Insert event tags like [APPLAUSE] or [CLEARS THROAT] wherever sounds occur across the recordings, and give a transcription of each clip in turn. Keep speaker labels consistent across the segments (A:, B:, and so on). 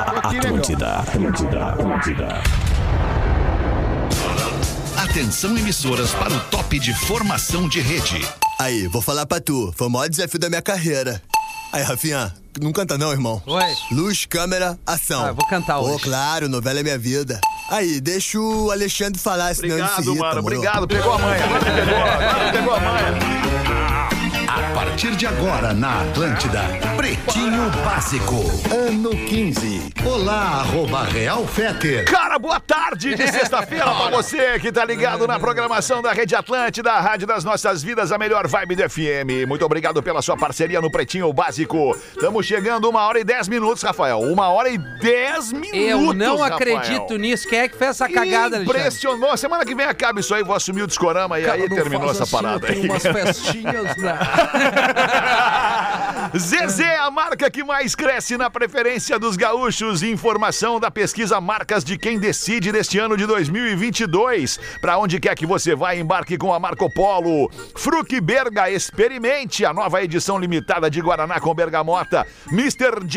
A: Atlântida, Atlântida, Atlântida.
B: Atenção emissoras para o top de formação de rede.
C: Aí, vou falar pra tu. Foi o maior desafio da minha carreira. Aí, Rafinha, não canta não, irmão.
D: Oi.
C: Luz, câmera, ação.
D: Ah, eu vou cantar
C: Pô,
D: hoje.
C: claro, novela é minha vida. Aí, deixa o Alexandre falar, senão ele se
E: Obrigado,
C: irrita,
E: mano.
C: moro?
E: Obrigado. Pegou a manha. Agora tu pegou. Agora tu pegou a manha.
B: A partir de agora na Atlântida, Pretinho Básico, ano 15. Olá, arroba Real Feter.
E: Cara, boa tarde
D: [LAUGHS]
E: de sexta-feira pra você que tá ligado na programação da Rede Atlântida, a Rádio das Nossas Vidas, a melhor vibe do FM. Muito obrigado pela sua parceria no Pretinho Básico. Estamos chegando uma hora e dez minutos, Rafael. Uma hora e dez minutos,
D: Eu não
E: Rafael.
D: acredito nisso. Quem é que fez essa cagada, Alexandre?
E: Impressionou. Semana que vem acaba isso aí, vou assumir o discorama e aí
D: Não
E: terminou
D: faz
E: essa
D: assim,
E: parada
D: eu tenho
E: aí.
D: umas festinhas lá.
E: [LAUGHS] Zezé, a marca que mais cresce na preferência dos gaúchos. Informação da pesquisa Marcas de Quem Decide deste ano de 2022. Para onde quer que você vá, embarque com a Marco Polo. Fruc Berga, experimente a nova edição limitada de Guaraná com Bergamota.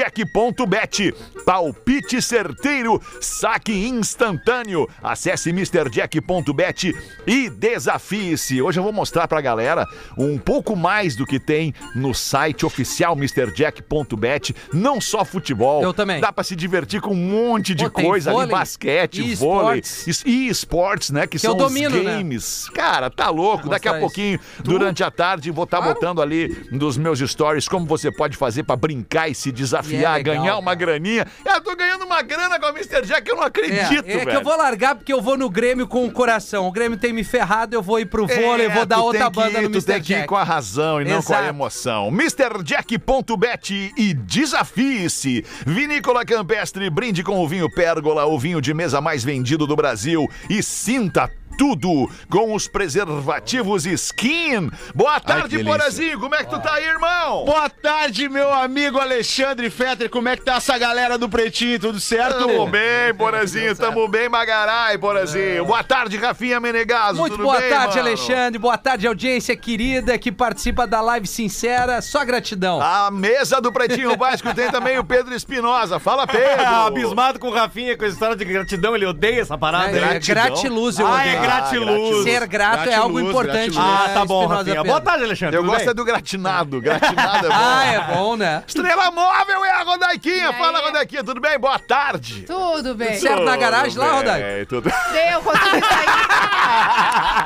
E: MrJack.bet, palpite certeiro, saque instantâneo. Acesse MrJack.bet e desafie-se. Hoje eu vou mostrar pra galera um pouco mais do que tem no site oficial MrJack.bet. Não só futebol.
D: Eu também.
E: Dá pra se divertir com um monte de
D: Pô, tem
E: coisa ali.
D: vôlei,
E: Basquete,
D: e
E: vôlei,
D: esportes.
E: es- e esportes, né? Que,
D: Que eu
E: são
D: domino,
E: os
D: né?
E: games. Cara, tá louco.
D: Vou
E: Daqui a
D: mostrar isso.
E: pouquinho, durante a tarde, vou estar botando ali nos meus stories como você pode fazer pra brincar e se desafiar,
D: E é legal,
E: ganhar
D: cara.
E: uma graninha. É, Eu tô ganhando uma grana com a Mr. Jack, eu não acredito,
D: É, é que
E: velho.
D: eu vou largar porque eu vou no Grêmio com o coração. O Grêmio tem me ferrado, eu vou ir pro vôlei,
E: É,
D: vou dar
E: tu
D: outra
E: tem que
D: banda no
E: ir, tu
D: Mr.
E: tem que ir
D: Jack.
E: com a razão e não com a
D: Exato.
E: emoção. MrJack.bet e desafie-se. Vinícola Campestre, brinde com o vinho Pérgola, o vinho de mesa mais vendido do Brasil. E sinta tudo com os preservativos Skin. Boa tarde, Borazinho. Como é que tu tá aí, irmão?
F: Boa tarde, meu amigo Alexandre Fetter. Como é que tá essa galera do Pretinho? Tudo certo?
E: Tamo bem, Borazinho. Tamo bem, Magarai, Borazinho. Boa tarde, Rafinha Menegaso.
D: Muito
E: Tudo
D: boa
E: bem,
D: tarde,
E: mano?
D: Alexandre. Boa tarde, audiência querida que participa da live sincera. Só gratidão.
E: A mesa do Pretinho Básico tem também o Pedro Espinosa. Fala,
G: [LAUGHS]
E: Pedro.
G: Ah, abismado com o Rafinha, com a história de gratidão, ele odeia essa parada.
D: É,
G: né?
D: é gratiluz, eu
G: Ah,
D: odeio.
G: é gratiluz.
D: Ser grato é algo importante.
G: Ah,
D: né,
G: tá bom,
D: Espinosa
G: Rafinha.
D: Pedro?
G: Boa tarde, Alexandre.
E: Eu
G: tudo
E: gosto
G: bem?
E: é do gratinado. Gratinado é bom.
D: Ah, é bom, né?
E: Estrela Móvel é a Rodaiquinha.
H: E aí?
E: Fala, Rodaiquinha. Tudo bem? Boa tarde.
H: Tudo bem.
D: Certo na garagem lá, Rodaica?
E: É, tudo...
H: Deu, consegui sair.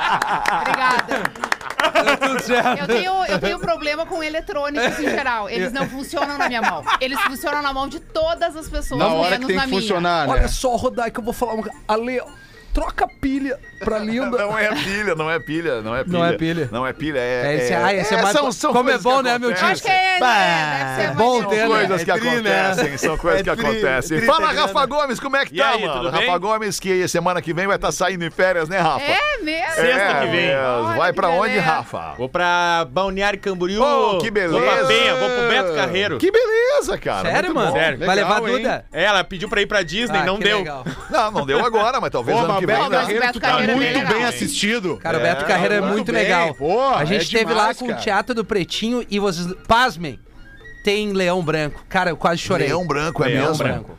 H: Obrigada.
D: Tá tudo certo.
H: Eu tenho, eu tenho problema com eletrônicos em geral. Eles não funcionam na minha mão. Eles funcionam na mão de todas as pessoas,
F: Na hora
H: menos
F: que tem
H: na
F: que
H: minha.
F: funcionar, né?
D: Olha só, Rodai, que eu vou falar uma coisa. Ale, troca a pilha pra linda.
E: [LAUGHS] Não é pilha, não é pilha, não é pilha.
D: Não é pilha.
E: Não é pilha, é...
D: É, esse- ah, esse é mais- como é
E: coisas
D: bom,
E: que
D: né, meu
H: Eu acho
E: acontecem.
H: que é, né? Deve ser
D: bom
H: mais-
D: ter,
E: São
D: né?
E: coisas que
F: É tri, né?
E: acontecem, são coisas
F: É
E: que
F: tri,
E: acontecem.
F: tri
D: tá
E: Fala,
F: integrando.
E: Rafa Gomes, como é que
G: E
E: tá,
G: aí,
E: mano?
G: tudo bem?
E: Rafa Gomes, que semana que vem vai estar saindo em férias, né, Rafa?
H: É mesmo?
G: Sexta que vem.
E: mesmo.
H: Olha
E: Vai
H: que
E: pra onde,
H: beleza.
E: Rafa?
G: Vou pra Balneário Camboriú.
E: Ô, que beleza.
G: Vou pra Penha, vou pro Beto Carreiro.
E: Que beleza, cara.
D: Sério,
E: Muito
D: mano?
E: bom.
G: Sério. É,
D: Vai levar a
F: Legal,
D: Duda?
G: Ela pediu pra ir pra Disney,
D: Ah,
G: não
D: que
G: deu.
D: legal.
E: Não, não deu agora, mas talvez
F: Pô,
E: ano que
F: mas
E: vem. né? dá.
H: Mas o
F: Beto Carreiro,
H: Beto
F: tu tá
H: Carreiro é
F: muito
H: bem
F: bem,
H: legal, hein?
F: assistido.
D: Cara, o
E: É,
D: Beto Carreira é
F: muito
D: muito
F: bem,
D: legal.
F: pô,
D: a
F: é
D: gente esteve lá
F: demais,
D: com o
F: cara.
D: Teatro do Pretinho e vocês. Pasmem, tem Leão Branco. Cara, eu quase chorei. Ah,
E: Leão branco, é
G: Leão
E: mesmo.
G: branco.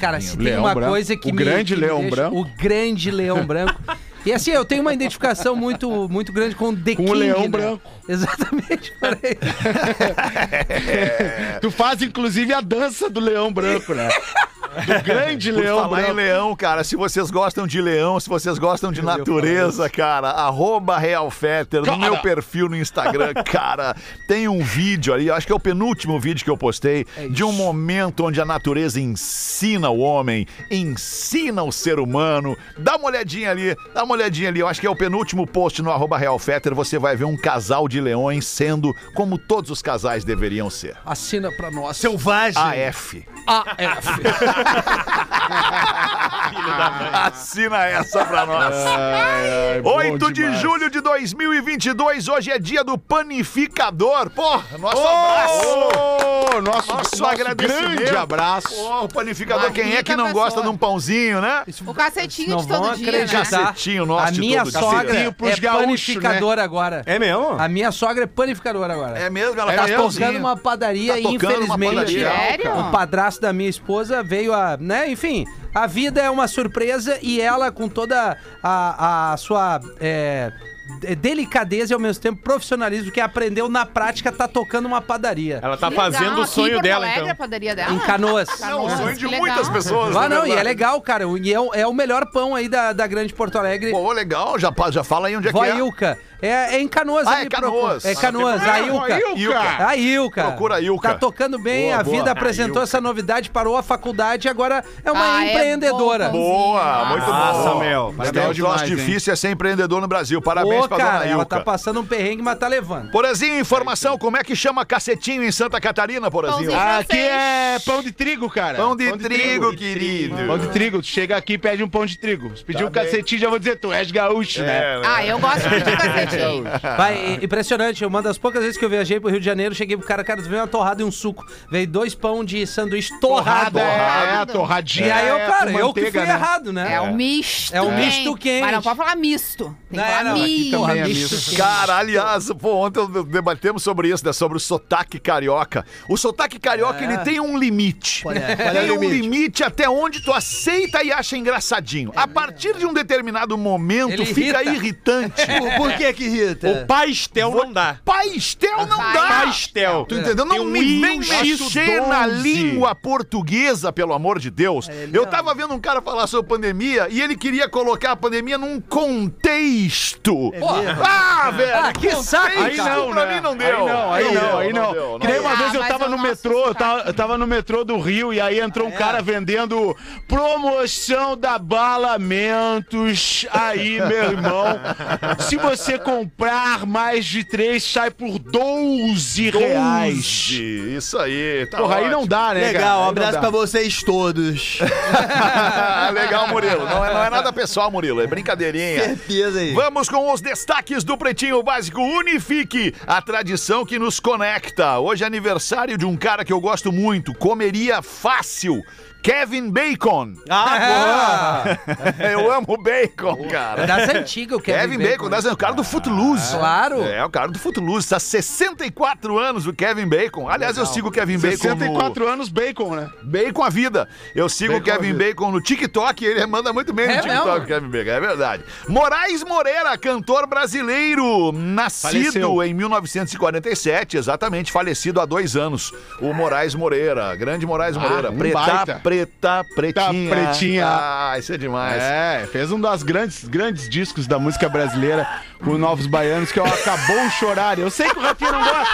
D: Cara, se tem
F: Leão
D: uma
F: Branco.
D: coisa que
F: O
D: me.
F: grande
D: que me
F: Leão
D: deixa-
F: Branco.
D: O grande Leão
F: [LAUGHS]
D: Branco. E assim, eu tenho uma identificação muito, muito grande com o The
F: Com o
D: King.
F: Leão
D: né?
F: Branco.
D: Exatamente, peraí.
F: Tu faz, inclusive, a dança do leão branco, né? Do grande
E: Por
F: leão
E: falar em
F: branco.
E: leão, cara, se vocês gostam de leão, se vocês gostam de natureza, cara, arroba Real Fetter, no meu perfil no
F: [LAUGHS]
E: Instagram, cara, tem um vídeo ali, acho que é o penúltimo vídeo que eu postei,
F: É
E: de um momento onde a natureza ensina o homem, ensina o ser humano. Dá uma olhadinha ali, dá uma olhadinha ali, eu acho que é o penúltimo post no arroba Real Fetter, você vai ver um casal de leões sendo como todos os casais deveriam ser.
D: Assina pra nós.
G: Selvagem.
E: AF.
D: AF.
E: Assina essa pra nós.
F: Ai, ai, bom
E: 8 de
F: demais.
E: julho de 2022, hoje é dia do panificador. Porra, nosso abraço.
F: Ô, nosso,
E: Nosso
F: nosso,
E: agradecimento.
F: grande abraço.
E: Ô, panificador, quem é que não
H: Magnífica
E: gosta de
H: pessoa.
E: um pãozinho, né?
H: O cacetinho
D: Não
H: de todo
D: vão
H: dia, né?
D: acreditar.
E: Cacetinho nosso
D: a
E: de
D: minha
E: todo dia.
D: sogra
F: Cacetinho pros
D: é
E: né?
F: gaúchos,
D: panificadora agora.
G: É mesmo?
D: A minha sogra é panificadora agora.
E: É mesmo, ela
D: Tá
E: faz
D: tocando
E: pãozinho.
D: uma padaria
E: Tá
D: e
E: tocando uma
D: infelizmente né?
E: padaria.
H: Sério?
D: o padrasto da minha esposa veio a, né, enfim, a vida é uma surpresa e ela com toda a, a sua é, de- delicadeza e ao mesmo tempo profissionalismo que aprendeu na prática tá tocando uma padaria.
G: Ela tá
H: Que legal.
G: fazendo o
H: Aqui em
G: sonho
H: Porto
G: dela,
H: Alegre, é
G: então.
H: a padaria dela?
D: Em Canoas.
H: Ah,
E: É o sonho de
H: que
E: muitas
H: legal.
E: pessoas. né,
D: Ah,
E: na
D: não, e é
E: verdade.
D: legal, cara. E é, o- é o melhor pão aí da, da Grande Porto Alegre.
E: Pô, legal, já, pa- já fala aí onde é que é.
D: Voilca. É, é em Canoas.
E: Ah,
D: ali,
E: é Canoas.
D: procura. É Canoas, a Ilca.
E: Ilca.
D: A Ilka.
E: Procura a Ilka.
D: Tá tocando bem,
E: Boa,
D: a vida
E: boa.
D: apresentou essa novidade, parou a faculdade e agora é uma
H: Ah, é
D: empreendedora.
H: bom.
E: Boa, muito bom.
G: Nossa, meu.
E: Legal
F: Legal
E: demais,
F: demais, hein?
E: difícil é ser empreendedor no Brasil. Parabéns
D: Ô,
E: pra dona
D: cara, ela
E: Ilka.
D: tá passando um perrengue, mas tá levando.
E: Porazinho, informação, como é que chama cacetinho em Santa Catarina, Porazinho?
H: Pãozinho.
F: Ah, Aqui é pão de trigo, cara.
E: Pão de trigo, querido.
F: Pão de trigo, tu chega aqui e pede um pão de trigo. Se pedir um
E: bem.
F: cacetinho, já vou dizer, tu és gaúcho, né?
H: Ah, eu gosto muito de cacetinho.
D: Vai, é impressionante. Uma das poucas vezes que eu viajei pro Rio de Janeiro, cheguei pro cara, cara, tu veio uma torrada e um suco. Veio dois pão de sanduíche torrado.
F: Torrada, é,
H: Torrado.
F: torradinha.
D: E aí eu,
F: é,
D: cara,
F: com
D: eu que
F: manteiga,
D: fui
F: né?
D: errado, né?
H: É um misto.
D: É um
H: quente.
D: misto quente.
H: Mas não pode falar misto. Tem
D: Não,
H: que falar
D: não, aqui
H: misto.
D: também
F: é
H: misto. quente.
E: Cara, aliás, pô, ontem eu- debatemos sobre isso, né? Sobre o sotaque carioca. O sotaque carioca, ele tem um limite.
C: É. Qual é? Qual é o
E: tem um
C: limite?
E: limite até onde tu aceita e acha engraçadinho.
C: É
E: A partir de um determinado momento,
D: Ele
E: fica
D: irrita.
C: [LAUGHS]
E: irritante.
C: Por, por que que irrita?
G: Pastel não dá.
E: Pastel não dá!
G: Pastel.
E: Tu entendeu? Não
G: Tem um
E: me vem
G: X12.
E: mexer na língua portuguesa, pelo amor de Deus.
D: ele
E: Eu
D: não.
E: tava vendo um cara falar sobre pandemia e ele queria colocar a pandemia num contexto. ah, velho!
D: Ah, que saco,
E: Aí
D: cara.
E: não, pra mim não deu.
F: Aí não, aí não, aí não.
E: deu,
F: que nem uma
H: Ah,
F: vez eu
H: mas
F: tava
H: é o
F: no
H: nosso
F: metrô, eu
H: sotaque.
F: tava, eu tava no metrô do Rio e aí entrou um
E: É.
F: cara vendendo promoção da Balamentos. Aí, meu irmão, se você comprar mais de três, sai por 12 reais.
E: Doze, Isso aí. Tá
F: Porra, aí
E: ótimo.
F: não dá, né, cara?
C: Legal, um
F: Aí
C: abraço
F: não
C: pra
F: dá.
C: vocês todos.
E: Ah, [LAUGHS] Legal, Murilo. Não é, não é nada pessoal, Murilo. É brincadeirinha.
C: Certeza aí.
E: Vamos com os destaques do Pretinho Básico Unifique, a tradição que nos conecta. Hoje é aniversário de um cara que eu gosto muito, comeria fácil, Kevin Bacon. [LAUGHS]
D: [LAUGHS] Ah,
E: Eu amo bacon,
D: boa.
E: cara.
D: Das antigas, o
E: Kevin Bacon, das- o cara do Footloose.
D: Claro.
E: É, o cara do Footloose. Tá 64 anos o Kevin Bacon. Aliás, eu sigo o Kevin Bacon
F: 64 anos, bacon, né?
E: no... Bacon a vida. Eu sigo o Kevin Bacon no TikTok. Ele manda muito bem
D: É
E: no TikTok,
D: mesmo?
E: Kevin Bacon. É verdade. Moraes Moreira, cantor brasileiro. Nascido
F: Faleceu.
E: em 1947, exatamente. Falecido há dois anos. O Moraes Moreira. Grande Moraes Moreira.
F: um
E: preta,
F: baita.
E: preta, pretinha.
F: Tá pretinha.
E: Ah, isso é demais.
F: É, fez um dos grandes, grandes discos da música brasileira, o Novos Baianos, que é o Acabou Chorar. Eu sei que o Rafinha não gosta.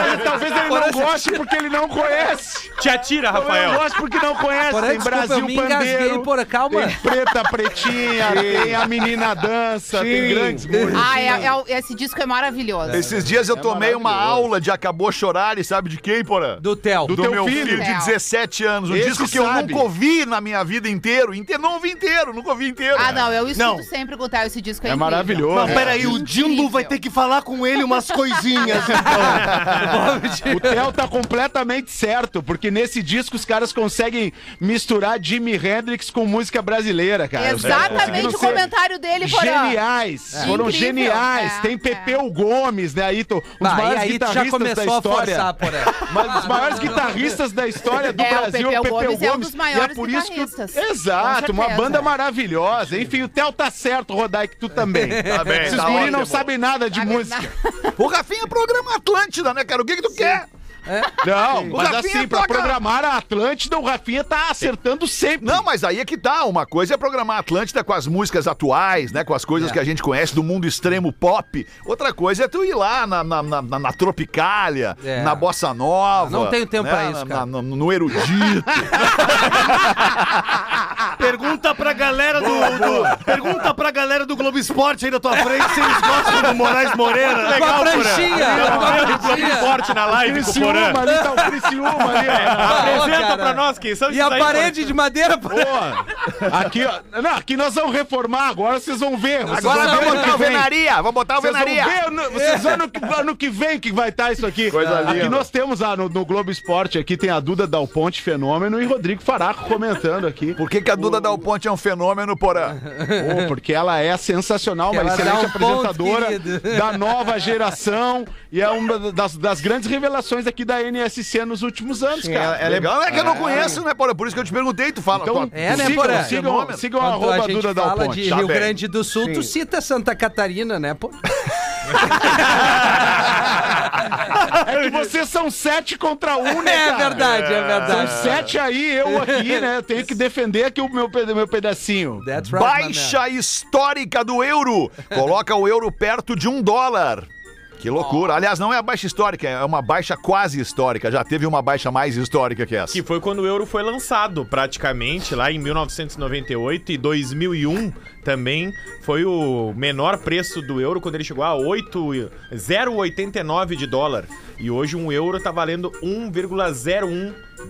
F: Mas talvez ele não goste porque ele não conhece.
G: Te atira,
F: Talvez não
G: Rafael.
F: goste porque não conhece.
D: Porém,
F: tem
D: desculpa, eu
F: Brasil
D: me engasguei,
F: Pandeiro.
D: porra, calma. [LAUGHS]
F: Tem Preta Pretinha, tem A Menina Dança, tem
D: Sim.
F: grandes músicas.
H: Ah, é, é o- esse disco é maravilhoso.
E: Esses dias eu tomei uma
F: É maravilhoso.
E: aula de Acabou Chorar e sabe de quem, porra?
D: Do Theo.
E: Do,
F: teu
E: meu filho,
F: filho.
E: de
H: Theo.
E: 17 anos. Um
F: Esse
E: disco que eu
F: sabe.
E: nunca ouvi na minha vida inteiro. Inte- Não ouvi inteiro, nunca ouvi inteiro.
H: Ah, não, eu escuto
C: Não.
H: sempre com o Theo, esse disco é,
F: É
H: incrível.
F: maravilhoso.
C: Mas peraí, o Dindo
H: Incrível.
C: vai ter que falar com ele umas coisinhas.
F: O Theo tá completamente certo, porque nesse disco os caras conseguem misturar Jimi Hendrix com música brasileira, cara. Os caras
H: Exatamente
F: conseguiram
H: o
F: ser
H: comentário dele, Porã.
F: Geniais, foram
H: Incrível,
F: geniais.
H: é,
F: Tem Pepeu Gomes, né? Aí, tô, um dos
D: Bah, e
F: maiores
D: aí tu já
F: guitarristas da
D: começou a
F: história.
D: forçar, porra.
F: Mas um dos
D: Ah,
F: maiores
D: não, não, não.
F: guitarristas da história do
H: É, o
F: Brasil é o
H: Pepeu
F: Pepeu Gomes.
H: Gomes é um dos
F: e
H: maiores
F: por isso que-
H: guitarristas.
F: Exato,
H: Com
F: uma
H: certeza.
F: banda maravilhosa. Enfim, o Theo tá certo, Rodai, que tu também.
E: [LAUGHS] Tá bem,
F: Esses
E: tá
F: guris
E: ótimo.
F: não sabem nada de música.
E: O Rafinha é programa Atlântida, né, cara? O que, que tu quer?
H: [LAUGHS]
F: Não,
E: O
F: mas
E: Rafinha
F: assim, pra
E: toca-
F: programar a Atlântida, o Rafinha tá acertando sempre.
E: Não, mas aí é que tá. Uma coisa é programar Atlântida com as músicas atuais, né? Com as coisas que a gente conhece do mundo extremo pop. Outra coisa é tu ir lá na, na, na, na- na Tropicália,
D: É.
E: na Bossa Nova. né?
D: Não tenho tempo pra isso,
E: na-
D: cara.
E: na- no, no Erudito.
G: Pergunta pra galera do, do- Pergunta pra galera do Globo Esporte aí da tua frente se eles gostam do Moraes Moreira.
D: Com a pranchinha. Com a
G: Globo
D: pranchinha.
G: Esporte na live com o Porã.
F: Criciúma Criciúma ali, tá o Criciúma ali, ó.
G: Apresenta
D: cara.
G: pra nós quem são
D: E a
G: aí,
D: parede de madeira. pô.
F: Pô, aqui, ó. Não, aqui nós vamos reformar agora, vocês vão ver. Vocês
E: Agora
F: vão
E: vamos
F: ver ano
E: botar
F: que vem.
E: alvenaria, vamos botar
F: Vocês vão
E: alvenaria.
F: ver ano- Vocês vão ano, que- ano que vem que vai estar isso aqui.
E: Coisa linda.
F: Aqui nós temos ah, no, no Globo Esporte, aqui tem a Duda Dal Ponte Fenômeno e Rodrigo Faraco comentando aqui.
E: Por que, que a Duda Dal Ponte é um fenômeno, Porã?
F: Pô, porque ela é sensacional, uma
D: Ela dá
F: excelente
D: um ponto,
F: apresentadora
D: querido.
F: da nova geração e é uma das, das grandes revelações aqui da NSC nos últimos anos, cara.
E: é legal, é que eu não conheço, né, Porã? Por isso que eu te perguntei, tu fala.
F: Então,
E: tu-
D: É, né,
F: sigam,
D: Porã?
F: sigam, sigam a
D: Quando
F: arroba
D: gente
F: Duda Dal
D: fala
F: Ponte.
D: de
E: tá
D: Rio
E: bem.
D: Grande do Sul, tu cita Santa Catarina, né? Pô?
F: É que vocês são sete contra um, né,
D: É
F: [LAUGHS] cara?
D: verdade, é
F: São
D: verdade.
F: sete aí, eu aqui, né? Eu tenho que defender aqui o meu, peda- meu pedacinho.
D: That's
I: né,
D: right, my man.
E: Baixa histórica do euro. Coloca o euro perto de um dólar. Que loucura. Aliás, não é a baixa histórica, é uma baixa quase histórica. Já teve uma baixa mais histórica que essa.
G: Que foi quando o euro foi lançado, praticamente, lá em 1998 e 2001 também foi o menor preço do euro quando ele chegou a 8 0,89 de dólar. E hoje um euro tá valendo 1,01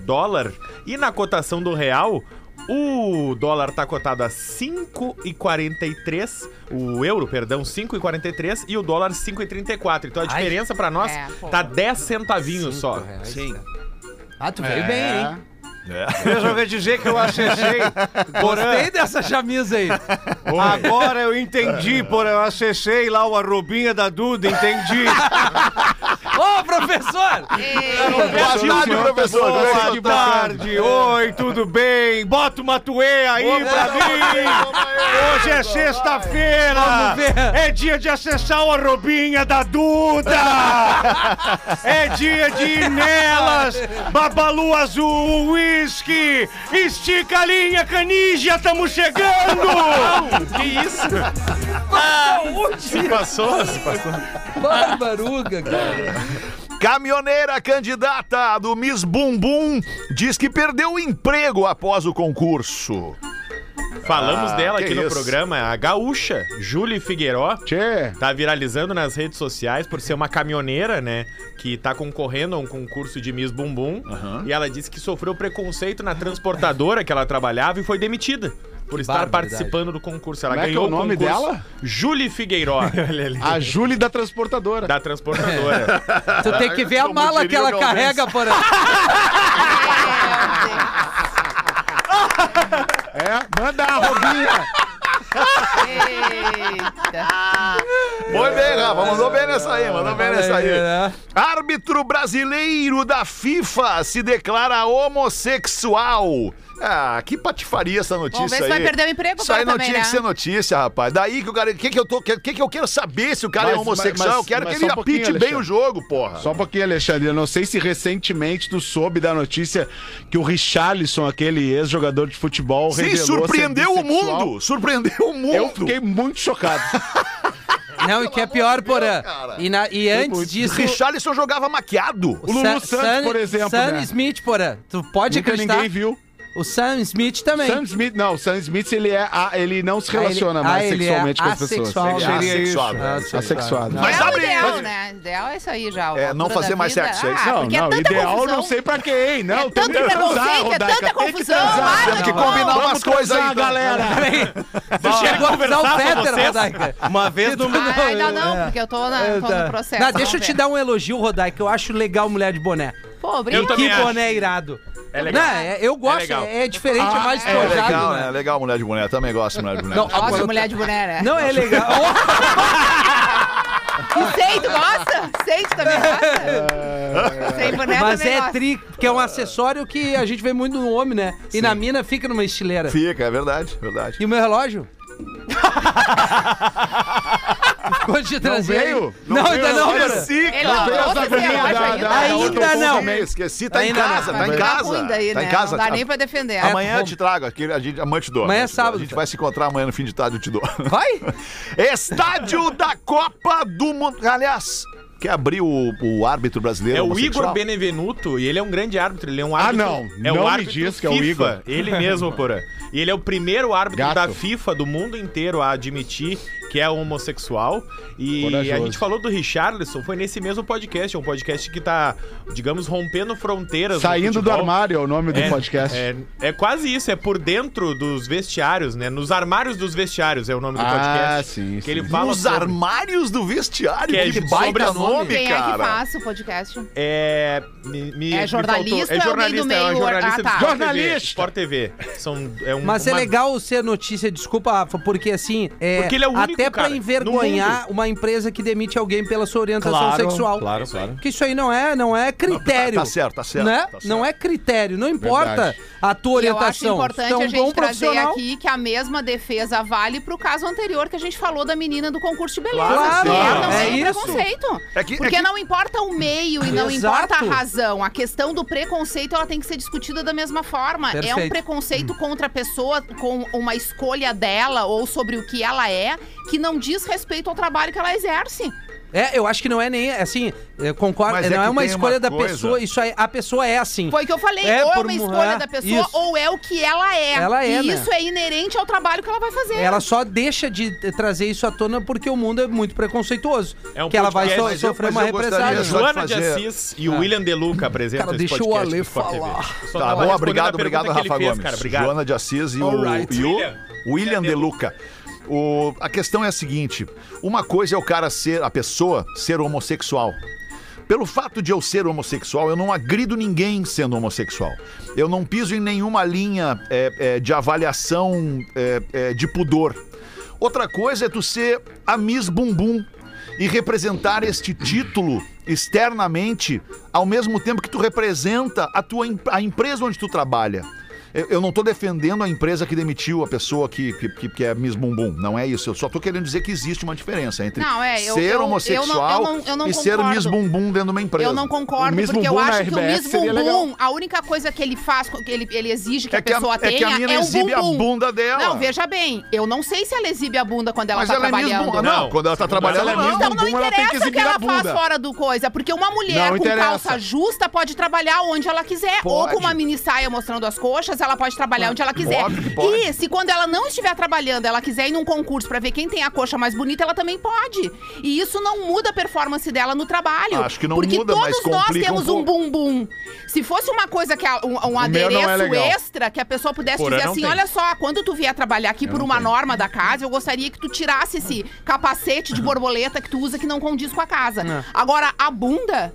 G: dólar. E na cotação do real, o dólar tá cotado a 5,43, o euro, perdão, 5,43 e o dólar 5,34. Então a
D: Ai.
G: diferença para nós
H: É, pô.
G: tá 10 centavinhos só.
D: Cinco reais, cara. Ah, tu
F: É.
D: veio bem, hein?
I: Eu vou dizer que eu acessei.
G: [LAUGHS]
D: Gostei dessa camisa aí.
I: Agora eu entendi,
G: É.
I: porra. Eu acessei lá o arrobinha da Duda,
G: [LAUGHS]
I: entendi.
D: Ô, professor!
E: Boa tarde, professor. Como é que
I: Boa
E: você tá?
I: tarde, oi, tudo bem? Bota o Matuê aí pra mim! Hoje é sexta-feira!
F: Ah.
D: Vamos ver.
I: É dia de acessar o arrobinha da
E: [LAUGHS]
I: Duda! É dia de ir nelas! Babalu azul, um uísque! Estica a linha, canija, tamo chegando!
G: Que isso?
D: Saúde!
G: Passou?
D: Barbaruga, cara.
E: Caminhoneira candidata do Miss Bumbum diz que perdeu o emprego após o concurso.
G: Falamos
E: Ah,
G: dela
E: que
G: aqui no
E: isso.
G: programa, a gaúcha Julie Figueiró.
F: Tchê.
G: Tá viralizando nas redes sociais por ser uma caminhoneira, né? Que tá concorrendo a um concurso de Miss Bumbum. E ela disse que sofreu preconceito na transportadora que ela trabalhava e foi demitida por estar
D: barbaridade.
G: participando do concurso. Ela
F: Como é que
G: ganhou
F: é o nome
G: concurso.
F: dela?
G: Julie
F: [LAUGHS]
G: Figueiró,
F: A Júlia da transportadora.
G: da
F: [LAUGHS]
G: transportadora.
D: Tu tem que ver a
E: Como
D: mala que
E: diria o
D: ela
E: Galvez.
D: carrega, porra.
F: Tá É, manda a robinha.
H: Eita.
E: Foi bem, Rafa. Mandou bem nessa aí, mandou bem nessa aí.
D: Olha aí, né?
E: Árbitro brasileiro da FIFA se declara homossexual. Ah, que patifaria essa notícia
H: Vamos ver se
E: aí.
H: vai perder o emprego
E: Isso aí não
H: agora também,
E: tinha que
H: né?
E: ser notícia, rapaz. Daí que o cara. O que, que, eu tô- que, que que eu quero saber se o cara é
F: Mas-
E: homossexual?
F: mas-
E: eu quero
F: mas
E: que ele
F: só um pouquinho,
E: apite bem
F: Alexandre.
E: o jogo, porra.
F: Só um pouquinho, Alexandre. Eu não sei se recentemente tu soube da notícia que o Richarlison, aquele ex-jogador de futebol,
E: Sim,
F: revelou
E: surpreendeu
F: ser
E: o
F: bissexual.
E: mundo! Surpreendeu o mundo!
F: Eu fiquei muito chocado.
D: [LAUGHS] Não, e que é pior, porra. E, na- e antes disso.
E: Richarlison jogava maquiado.
F: O Lulu Santos, por exemplo,
D: Sam
F: né?
D: Smith, porra. Tu pode
F: Nunca
D: acreditar.
F: ninguém viu.
D: O Sam Smith também.
F: Sam Smith, não, o Sam Smith ele, é, a- ele não se
D: Ah, ele-
F: relaciona
D: ah,
F: mais
D: ele é
F: sexualmente com as pessoas.
D: assexual,
E: Ele é
D: né?
E: assexuado.
D: Assexuado.
F: Assexuado.
E: Mas
H: é o
E: abre-
H: ideal,
E: mas-
H: né? Ideal é isso aí já.
E: É, não
H: altura
E: fazer
H: da
E: mais
H: vida.
E: sexo, é isso?
H: Ah,
F: Não,
H: porque
F: não,
H: é tanta
F: ideal
H: confusão.
F: não sei pra quem, não.
H: É tanto preconceito, é tanta confusão. Ai,
E: Temos que combinar umas coisas aí, então.
F: galera.
D: Chegou a avisar o Fetter, Rodaica.
I: Uma vez no
H: Ah, ainda não,
D: É.
H: porque eu tô, na,
D: É,
H: tô
D: tá.
H: Ah, no processo.
D: Não, deixa eu
H: vamos
D: te
H: ver.
D: dar um elogio, Rodaica. Eu acho legal mulher de boné.
H: Pô,
G: Eu
H: obrigado.
G: também
D: Que
G: acho.
D: boné irado.
G: É legal.
D: Não, é- eu gosto,
G: legal.
D: é, é diferente, é
F: Ah,
D: mais
E: É
D: despojado,
E: legal,
D: né?
E: né? É legal mulher de boneca. Também gosto de mulher de boneca.
D: Não,
H: Gosta de
D: agora-
H: mulher de boné, né?
D: Não, é
H: [LAUGHS]
D: legal.
H: E sei, tu gosta? Sei, tu também gosta? Sei, boné
D: Mas
H: também
D: é
H: gosta.
D: tri, que é um acessório que a gente vê muito no homem, né? E na mina fica numa estileira.
E: Fica, é verdade, verdade.
D: E o meu relógio? Ficou de trazer. aí.
F: veio? assim,
D: Não, ainda não, cara.
H: Ele não trouxe esse
F: agonia
H: relógio
F: da-
H: ainda.
F: da-
D: Ainda não.
E: Também esqueci, tá
D: Ainda
E: em
H: né?
E: casa,
D: não.
E: tá em
H: Vai ficar ruim
E: casa.
H: daí,
E: tá
H: né?
E: em casa.
H: Não dá nem pra defender.
E: Amanhã eu
D: home.
E: te trago aqui, a gente, amanhã eu te dou.
D: Amanhã é
E: amanhã eu te dou.
D: sábado,
E: A gente
D: cara.
E: vai se encontrar amanhã no fim de tarde, eu te dou. [LAUGHS]
D: Vai?
E: Estádio da Copa do Mundo. Aliás, quer abrir o, o árbitro brasileiro?
G: É o
E: homossexual?
G: Igor Benevenuto e ele é um grande árbitro. Ele é um
F: um Ah,
G: árbitro.
F: não.
G: É
F: Não
G: o
F: me
G: árbitro
F: diz que é o
G: FIFA,
F: Igor. [LAUGHS]
G: Ele mesmo, porra. E ele é o primeiro árbitro
F: Gato.
G: da FIFA do mundo inteiro a admitir que é homossexual. E a gente falou do Richarlison, foi nesse mesmo podcast. É um podcast que tá, digamos, rompendo fronteiras. no
F: Saindo do
G: futebol.
F: armário é o nome do
G: É,
F: podcast.
G: É, é quase isso, é por dentro dos vestiários, né? Nos armários dos vestiários é o nome do
F: Ah,
G: podcast.
F: sim,
G: Que
F: sim.
G: ele fala
E: Os
G: sobre-
E: armários do vestiário,
G: Que é
E: que,
G: sobre
E: baita
G: esse nome.
E: nome,
H: Quem é que
E: cara.
H: passa o podcast?
G: É. Me, me-
H: É
G: me
H: jornalista
G: faltou- É
H: ou alguém do
G: jornalista, é
H: meio?
G: um jornalista
H: Ah, tá.
G: do Sport
F: Jornalista!
G: TV, Sport TV. São, é um,
D: Mas é
G: uma-
D: legal ser notícia, desculpa, Rafa, porque assim. É,
G: Porque ele é o único,
D: Até
G: cara,
D: pra
G: no
D: envergonhar uma empresa que demite alguém pela sua orientação sexual.
G: Claro, claro.
D: Porque isso aí não é, não é critério.
E: Tá certo, tá certo,
D: Né?
E: tá certo.
D: Não é critério, não importa
F: Verdade.
D: a tua
H: E eu acho
D: orientação.
H: importante
D: Então,
H: a
D: bom
H: gente trazer
D: profissional-
H: aqui que a mesma defesa vale pro caso anterior que a gente falou da menina do concurso de beleza.
D: Claro,
H: é, não
D: é
H: tem
D: isso.
H: preconceito.
E: É que- é
H: Porque
E: que-
H: não importa o meio e não
D: Exato.
H: importa a razão. A questão do preconceito ela tem que ser discutida da mesma forma. É um
D: Perfeito.
H: preconceito contra a pessoa com uma escolha dela ou sobre o que ela é que não diz respeito ao trabalho que ela exerce.
D: É, eu acho que não é nem assim, eu concordo,
E: Mas é
D: não é,
E: que
D: uma
E: tem
D: escolha
E: uma
D: da
E: coisa-
D: pessoa, isso aí, a pessoa é assim.
H: Foi o que eu falei,
D: É,
H: ou é
D: por
H: uma
D: mu-
H: escolha
D: é,
H: da pessoa
D: isso.
H: ou é o que ela é.
D: Ela é,
H: e
D: né?
H: isso é inerente ao trabalho que ela vai fazer.
D: Ela só deixa de t- trazer isso à tona porque o mundo é muito preconceituoso.
G: É um
D: que ela vai
G: podcast,
D: so-
G: mas
E: eu-
D: sofrer
E: mas
D: uma
E: eu gostaria
D: represália.
E: só-
G: Joana
E: de
G: de
E: fazer- Ah.
G: Assis e o William Deluca apresentam
D: Cara,
G: esse
D: deixa o
G: podcast
D: Ale
G: do Sport TV.
D: falar.
G: Só
E: Tá
G: tava
E: bom,
G: respondendo a
E: obrigado,
G: pergunta
E: obrigado,
G: que ele
E: Rafa
G: fez,
E: Gomes.
G: Cara, obrigado.
E: Joana de Assis e o,
G: Alright.
E: e o
G: William. é
E: William De Luca. O- a questão é a seguinte: uma coisa é o cara ser, a pessoa ser homossexual. Pelo fato de eu ser homossexual, eu não agrido ninguém sendo homossexual. Eu não piso em nenhuma linha é, é, de avaliação é, é, de pudor. Outra coisa é tu ser a Miss Bumbum e representar este título externamente, ao mesmo tempo que tu representa a tua em- a empresa onde tu trabalha. Eu eu não tô defendendo a empresa que demitiu a pessoa que, que, que- que é Miss Bumbum. Não é isso. Eu só tô querendo dizer que existe uma diferença entre
H: Não, é, eu-
E: ser
H: eu- eu
E: homossexual
H: não- eu não- eu não
E: e ser
H: concordo.
E: Miss
F: um
E: Bumbum dentro de uma empresa.
H: Eu não
F: O
H: concordo,
F: Miss
H: porque eu
F: Bumbum na
H: acho que o
F: RBS
H: Miss
F: seria
H: Bumbum, a única coisa que ele faz, que ele, ele exige que
E: É
H: a
E: que a-
H: pessoa
E: é que a
H: tenha,
E: mina
H: é o
E: exibe a
H: bumbum.
E: bunda dela.
H: Não, veja bem, eu não sei se ela exibe a bunda quando ela
E: Mas
H: tá
E: ela é Miss
H: trabalhando.
E: Bumbum. Não,
G: Não.
E: quando ela tá trabalhando,
F: Ah, ela é
E: ela
F: Miss
E: não.
H: Então não
F: bumbum, ela tem que
H: interessa o que
F: exibir a
H: ela faz
F: bunda.
H: fora do coisa, porque uma mulher
F: Não
H: com
F: interessa.
H: calça justa pode trabalhar onde ela quiser, ou
E: Pode.
H: com uma mini saia mostrando as coxas, ela pode trabalhar onde ela quiser.
E: Óbvio que pode.
H: E se quando ela não estiver trabalhando, ela quiser ir num concurso pra ver quem tem a coxa mais bonita, ela também pode. E isso não muda a performance dela no trabalho.
E: Acho que não
H: porque
E: muda,
H: todos
E: mas
H: nós
E: complica um
H: temos um, bumbum. Se fosse uma coisa que a- um, um
F: meu não é
H: adereço
F: legal.
H: extra que a pessoa pudesse
G: Porã
H: dizer
G: não
H: assim,
G: tem.
H: olha só, quando tu vier trabalhar aqui por uma norma da casa, eu gostaria que tu tirasse esse capacete de borboleta que tu usa que não condiz com a casa. Agora, a bunda.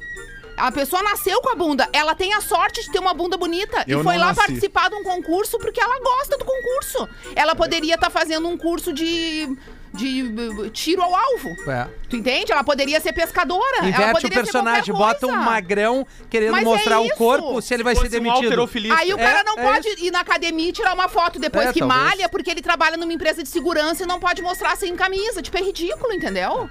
H: A pessoa nasceu com a bunda, ela tem a sorte de ter uma bunda bonita
F: Eu
H: e foi
F: não
H: lá
F: nasci.
H: participar de um concurso porque ela gosta do concurso. Ela poderia estar fazendo um curso de de eh, tiro ao alvo.
D: É.
H: Tu entende? Ela poderia ser pescadora. ela
D: Inverte o
H: poderia ser
D: personagem,
H: qualquer
D: bota um
H: coisa.
D: magrão querendo
H: Mas é
D: mostrar o
H: isso.
D: corpo, se ele vai ser
G: Fosse um
D: demitido.
G: alterofilista.
H: Aí o
D: É,
H: cara não
D: é
H: pode ir na academia e tirar uma foto depois
D: É,
H: que
D: talvez.
H: malha, porque ele trabalha numa empresa de segurança e não pode mostrar sem camisa. Tipo, é ridículo, entendeu?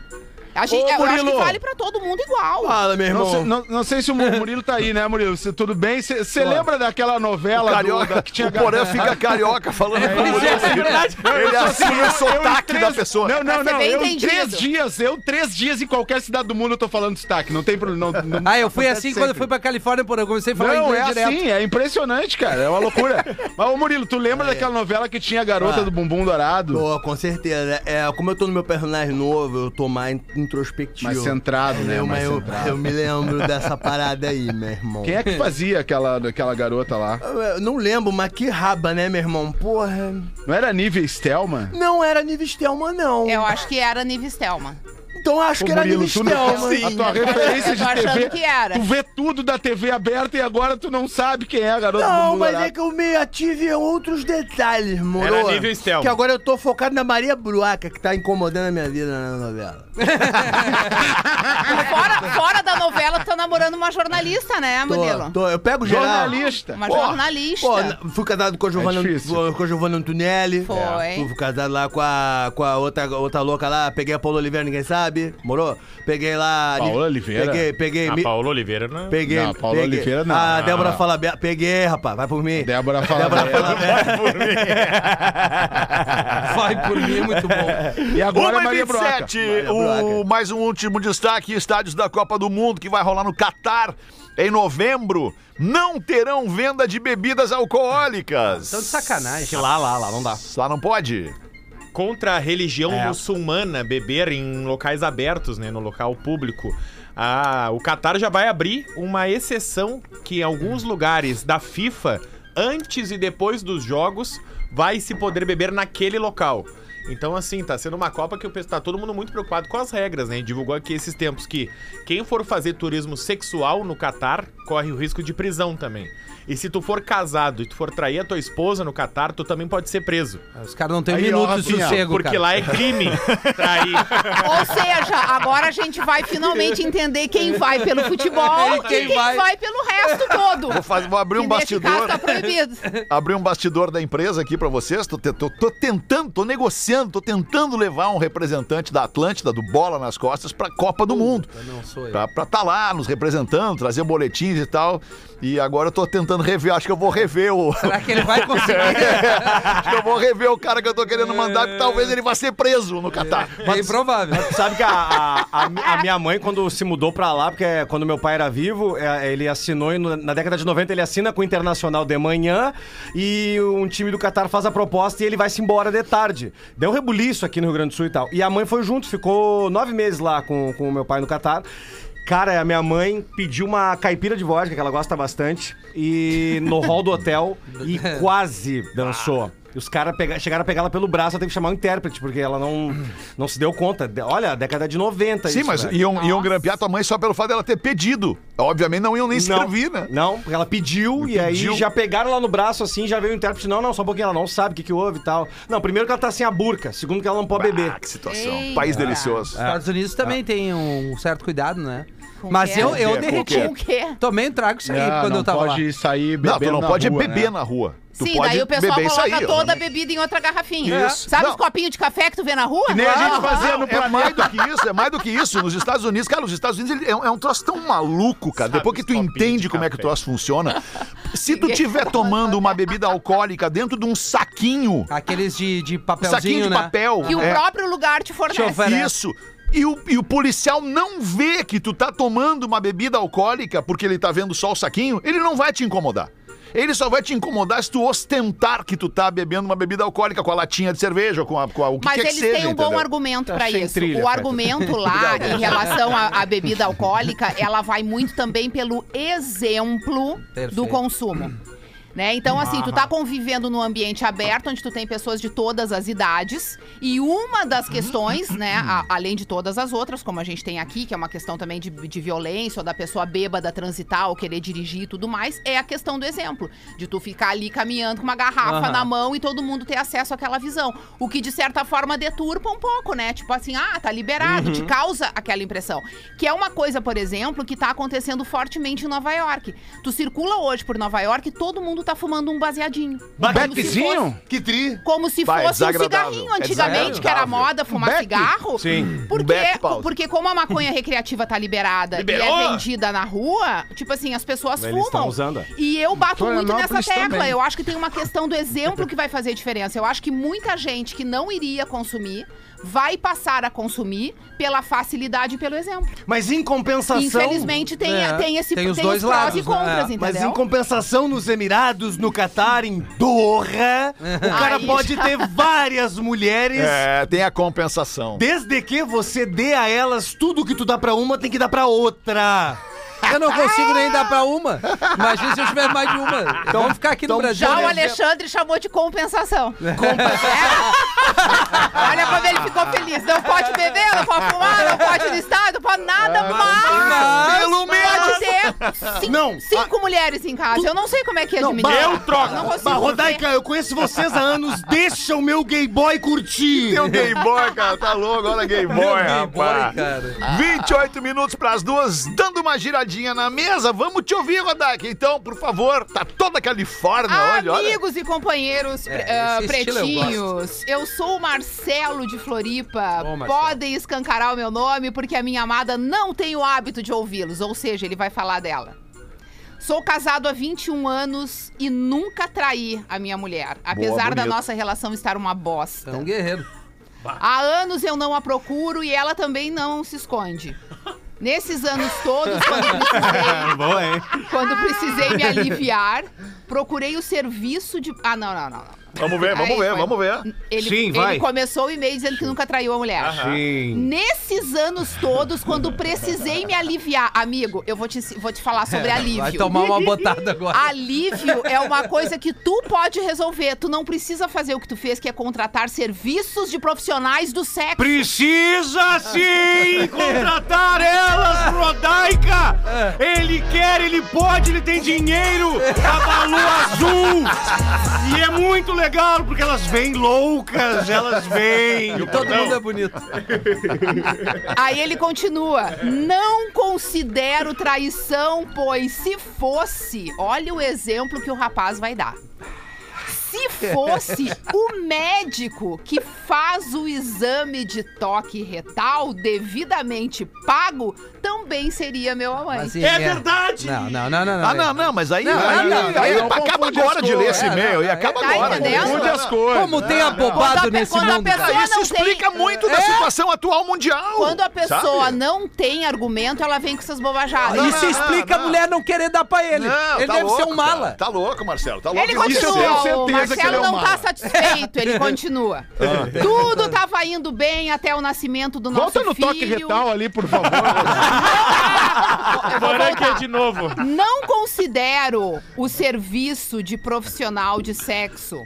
H: A gente,
F: Ô,
H: eu acho que
F: Murilo.
H: vale pra todo mundo igual.
J: Ah.
C: Fala, meu
F: Não
C: irmão.
F: sei, não- não sei se o
E: [LAUGHS]
F: Murilo tá aí, né, Murilo? Você- tudo bem? Você lembra daquela novela do- da-
E: Carioca,
F: que tinha
E: o Porã fica carioca falando com o Murilo.
D: é verdade.
E: Ele assume
F: assim,
E: o sotaque da pessoa.
F: Não, não,
H: Pra ser
F: não.
H: bem
F: Eu em
H: entendido.
F: três dias, eu em três dias em qualquer cidade do mundo eu tô falando sotaque. Não tem problema. Não, não-
D: Ah, eu fui
F: acontece
D: assim
F: sempre.
D: quando eu fui pra Califórnia, por eu comecei a falar
F: Não, é
D: inglês direto.
F: assim, é impressionante, cara. É
E: [LAUGHS]
F: uma loucura. Mas, ô Murilo, tu lembra daquela novela que tinha a garota
C: Ah.
F: do bumbum dourado?
C: Pô, com certeza. É, como eu tô no meu personagem novo, eu tô mais introspectivo.
F: Mais centrado, né?
C: Eu,
F: Mais
C: mas eu,
F: centrado.
C: eu me lembro dessa parada aí, meu irmão.
F: Quem é que fazia aquela, aquela garota lá?
C: Eu, eu não lembro, mas que raba, né, meu irmão? Porra.
F: Não era Nívia Stelma?
C: Não era nível Stelma, não.
D: É
H: Eu acho que era Nive Stelma.
C: Então acho que
F: Ô,
C: era
F: Murilo,
C: nível
F: tu não-
D: é
C: Stelma.
D: assim,
F: a tua referência de
H: Eu tô achando
F: TV.
H: que era.
F: Tu vê tudo da TV aberta e agora tu não sabe quem é a garota do
C: Não,
F: bumbum
C: mas
F: dourado.
C: é que eu me ative em outros detalhes, moro.
G: Era nível Stelma.
C: Que agora eu tô focado na Maria Bruaca, que tá incomodando a minha vida na novela.
H: Fora, fora da novela, tu tá namorando uma jornalista, né,
C: Tô,
H: Murilo?
C: tô, eu pego geral.
F: Jornalista.
H: Uma
F: Porra.
H: jornalista.
C: Pô, na- fui casado com a Giovanna,
F: É difícil.
C: com a Giovanna Antunelli.
H: Foi.
C: Fui casado lá com a, com a outra, outra louca lá. Peguei a Paula Oliveira, ninguém sabe. Morou? Peguei lá.
F: Paola Oliveira?
C: Peguei,
E: Ah,
C: peguei.
G: A
C: mi-
G: Paola Ah, Oliveira, né? não.
C: Peguei.
F: Não, Paola
C: peguei.
F: Oliveira não.
C: A
F: Não,
C: Débora
F: não.
C: Falabella. Peguei, rapaz, vai por mim.
F: Débora fala.
D: [LAUGHS]
F: [LAUGHS]
D: Vai por mim, é muito bom.
F: E agora [LAUGHS] é Maria Broca.
E: 1h27,
C: Maria Broca.
E: o- mais um último destaque: estádios da Copa do Mundo que vai rolar no Catar em novembro não terão venda de bebidas alcoólicas.
D: Tão de sacanagem.
E: Lá, lá, lá, não dá. Lá não pode.
G: contra a religião
D: É.
G: muçulmana beber em locais abertos, né, no local público. Ah, o Catar já vai abrir uma exceção que em alguns lugares da FIFA, antes e depois dos jogos, vai se poder beber naquele local. Então, assim, tá sendo uma Copa que o pessoal tá todo mundo muito preocupado com as regras, né? E Divulgou aqui esses tempos que quem for fazer turismo sexual no Catar corre o risco de prisão também. E se tu for casado e tu for trair a tua esposa no Catar, tu também pode ser preso.
D: Os caras não têm um
F: Aí, ó,
D: minuto de
F: Rafinha,
D: sossego,
G: Porque
D: cara.
G: lá é crime trair.
H: Ou seja, agora a gente vai finalmente entender quem vai pelo futebol
D: E
H: e
D: quem
H: quem,
D: vai-
H: vai... pelo resto todo.
E: Vou, fazer- vou abrir um
H: que
E: bastidor.
H: Nesse caso tá proibido.
E: abrir um bastidor da empresa aqui pra vocês. Tô, te- tô- tô tentando, tô negociando, tô tentando levar um representante da Atlântida, do Bola nas costas, pra Copa do Mundo.
D: Eu não sou eu.
E: Pra estar tá lá nos representando, trazer boletins e tal. E agora eu tô tentando rever, acho que eu vou rever o.
D: Será que ele vai
F: [LAUGHS] É.
D: conseguir?
E: acho que eu vou rever o cara que eu tô querendo mandar, porque talvez ele vá ser preso no Catar.
D: É improvável.
J: Sabe que a, a- a mi- a minha mãe, quando se mudou pra lá, porque é, quando meu pai era vivo, é, ele assinou, e no- na década de 90, ele assina com o Internacional de manhã e um time do Catar faz a proposta e ele vai-se embora de tarde. Deu um rebuliço aqui no Rio Grande do Sul e tal. E a mãe foi junto, ficou nove meses lá com com o meu pai no Catar. Cara, a minha mãe pediu uma caipira de vodka, que ela gosta bastante, e no hall do hotel, e quase dançou. E os caras pega- chegaram a pegar ela pelo braço, eu tenho que chamar o intérprete, porque ela não, não se deu conta. De- Olha, década de 90
E: Sim,
J: isso,
E: mas
J: velho.
E: iam, iam grampear tua mãe só pelo fato dela ter pedido. Obviamente não iam nem
J: Não,
E: servir, né?
J: Não, porque ela pediu e
E: Pediu.
J: aí já pegaram lá no braço assim, já veio o intérprete. Não, não, só um pouquinho, ela não sabe o que, que houve e tal. Não, primeiro que ela tá sem a burca, segundo que ela não pode beber.
E: Ah, que situação.
H: Eita.
E: País delicioso.
D: Os Estados Unidos também tem um certo cuidado, né?
H: Com
D: Mas
H: quê?
D: eu, eu
E: Com quê?
D: derreti.
H: É. Com quê?
D: Tomei um trago isso aí
F: Ah,
D: quando
F: não
D: eu tava
F: pode
D: lá.
F: sair bebendo
E: Não, tu não
F: na
E: pode é
F: rua,
E: beber
F: né?
E: na rua. Tu
H: Sim,
E: pode
H: daí o pessoal
E: beber e
H: coloca
E: sair,
H: toda a
E: obviamente.
H: bebida em outra garrafinha.
E: Isso.
H: Sabe
E: Não.
H: os copinhos de café que tu vê na rua?
F: Que nem a
H: Ah.
F: gente fazia
E: Não,
F: no
E: é
F: planeta.
E: mais do que isso, é mais do que isso. Nos Estados Unidos, cara, os Estados Unidos ele é, um- é um troço tão maluco, cara.
G: Sabe
E: Depois que tu
G: os copinhos
E: entende
G: de
E: como é que o
G: café.
E: troço funciona, se tu
H: [LAUGHS]
E: tiver tomando uma bebida alcoólica dentro de um saquinho,
D: Aqueles de, de
E: saquinho
D: papelzinho,
E: de
D: né?
E: papel,
H: Que o
E: é,
H: próprio lugar te fornece.
D: Deixa eu ver.
E: isso. E o, e o policial não vê que tu tá tomando uma bebida alcoólica porque ele tá vendo só o saquinho, ele não vai te incomodar. Ele só vai te incomodar se tu ostentar que tu tá bebendo uma bebida alcoólica com a latinha de cerveja, com, a, com a- o que
H: Mas
E: quer
H: eles
E: que seja.
H: têm um bom
E: entendeu?
H: argumento pra
F: Achei
H: isso.
F: trilha,
H: o
F: Feta.
H: argumento lá em relação à, à bebida alcoólica, ela vai muito também pelo exemplo
D: Perfeito.
H: do consumo. Né? Então, assim, tu tá convivendo num ambiente aberto, onde tu tem pessoas de todas as idades. E uma
D: Uhum.
H: das questões, né, a- além de todas as outras, como a gente tem aqui, que é uma questão também de, de violência, ou da pessoa bêbada transitar, ou querer dirigir e tudo mais, é a questão do exemplo. De tu ficar ali caminhando com uma garrafa
D: Aham.
H: na mão e todo mundo ter acesso àquela visão. O que, de certa forma, deturpa um pouco, né? Tipo assim, ah, tá liberado, te causa aquela impressão. Que é uma coisa, por exemplo, que tá acontecendo fortemente em Nova York. Tu circula hoje por Nova York e todo mundo tá fumando um baseadinho. Como se fosse-
F: Beckzinho?
E: Que tri.
H: Como se
E: Vai,
H: fosse um
E: desagradável.
H: cigarrinho
E: É
H: antigamente, que era
E: desagradável.
H: moda fumar
F: Beck?
H: cigarro.
F: Sim.
H: Porque,
E: Beck, Paulo.
H: porque como a maconha recreativa tá liberada e é
G: Liberou?
H: vendida na rua, tipo assim, as pessoas
J: Eles
H: fumam.
J: estão usando.
H: E eu bato muito nessa
F: Florianópolis
H: tecla.
F: também.
H: Eu acho que tem uma questão do exemplo que vai fazer diferença. Eu acho que muita gente que não iria consumir vai passar a consumir pela facilidade e pelo exemplo.
J: Mas em compensação.
H: Infelizmente tem,
D: Tá, É,
H: tem esse
D: tem os
H: tem
D: dois
H: os prós
D: lados,
H: e contras,
D: né?
H: entendeu?
J: Mas em compensação, nos Emirados, no Catar, em Doha, [LAUGHS] o cara
H: Aí
J: pode ter várias mulheres.
E: É, tem a compensação.
J: Desde que você dê a elas tudo que tu dá pra uma, tem que dar pra outra.
D: Eu não consigo
H: Ah!
D: nem dar pra uma. Imagina se eu tiver mais de uma. Então vamos ficar aqui no Brasil.
H: Já
D: né?
H: o Alexandre chamou
D: [LAUGHS]
H: de compensação. É. Olha como ele ficou feliz. Não pode beber, não pode fumar, não pode listar, não pode nada,
D: É,
H: mas...
J: Pelo
H: Pode ter cinco,
J: Não,
H: cinco mulheres em casa. Eu não sei como é que é
J: Não,
H: administrar.
J: eu
H: troco. Não consigo
J: Mas,
H: ver.
J: Rodaica, eu conheço vocês há [LAUGHS] anos. Deixa o meu gay boy curtir.
E: Tem o Game Boy, cara. Tá louco, olha Game Boy,
D: Meu Game um Boy,
E: rapaz.
D: cara.
E: 28 minutos pras duas, dando uma giradinha na mesa. Vamos te ouvir, Rodak. Então, por favor, tá toda a Califórnia,
H: Ah,
E: olha, olha.
H: Amigos e companheiros
D: É,
H: ah,
D: esse estilo eu
H: pretinhos, eu, sou o Marcelo de Floripa.
D: Ô, Marcelo.
H: Podem escancarar o meu nome porque a minha amada não tem o hábito de ouvi-los, ou seja, ele vai falar dela. Sou casado há 21 anos e nunca traí a minha mulher, apesar da
E: bonito.
H: nossa relação estar uma bosta.
D: É um guerreiro.
H: Há anos eu não a procuro e ela também não se esconde. Nesses anos todos, quando
D: [LAUGHS]
H: eu precisei, quando precisei me aliviar, procurei o serviço de. Ah, não, não, não. não.
E: Vamos ver, vamos
H: Aí
E: ver,
H: foi-
E: vamos ver.
H: Ele,
J: Sim,
H: ele
J: vai.
H: começou o e-mail dizendo que nunca traiu a mulher.
J: Sim.
H: Nesses anos todos, quando precisei me aliviar, amigo, eu vou te, vou te falar sobre
D: [LAUGHS]
H: alívio.
D: Vai tomar uma botada agora.
H: Alívio é uma coisa que tu pode resolver. Tu não precisa fazer o que tu fez, que é contratar serviços de profissionais do sexo.
I: Precisa sim contratar elas, Rodaica! Ele quer, ele pode, ele tem dinheiro! A Balu Azul! E é muito legal, porque elas vêm loucas, elas vêm!
D: Todo mundo é bonito.
H: Aí ele continua: Não considero traição, pois se fosse, olha o exemplo que o rapaz vai dar. Se fosse o médico que faz o exame de toque retal devidamente pago, também seria meu amante.
D: Assim, é verdade! Não, não, não, não. não.
E: Ah, não, Ah, não, mas aí,
F: ah,
E: aí,
D: não, não,
E: aí
D: não, não
E: acaba
D: confunde
E: agora
D: as
E: de ler esse
F: É,
D: coisas.
E: e-mail.
D: Não,
E: E
D: não,
E: acaba
H: tá
E: agora.
H: entendendo?
E: Confunde as coisas.
D: Como tem
H: Quando
D: abobado
H: a pe-
D: nesse
H: quando a
D: mundo, cara.
H: pessoa
E: Isso
H: não
E: explica
H: tem-
E: muito da
H: É.
E: situação atual mundial.
H: Quando a pessoa
E: sabe?
H: não tem argumento, ela vem com essas bobajadas.
D: Isso
E: não,
D: explica
E: não.
D: a mulher não querer dar pra ele.
E: Não,
D: ele
E: tá
D: deve ser
E: louco,
D: um mala.
E: cara. Tá louco, Marcelo. Tá louco.
H: Ele
E: Isso eu
H: continua,
E: tenho
H: o
E: certeza que ele é
H: Marcelo
E: um
H: não
E: mala.
H: tá satisfeito, ele
F: [LAUGHS]
H: continua. Tudo estava indo bem até o nascimento do nosso
F: Ah, Volta no
H: filho.
F: toque retal ali, por favor.
E: Ah,
H: Eu vou voltar.
G: de novo.
H: Não considero o serviço de profissional de sexo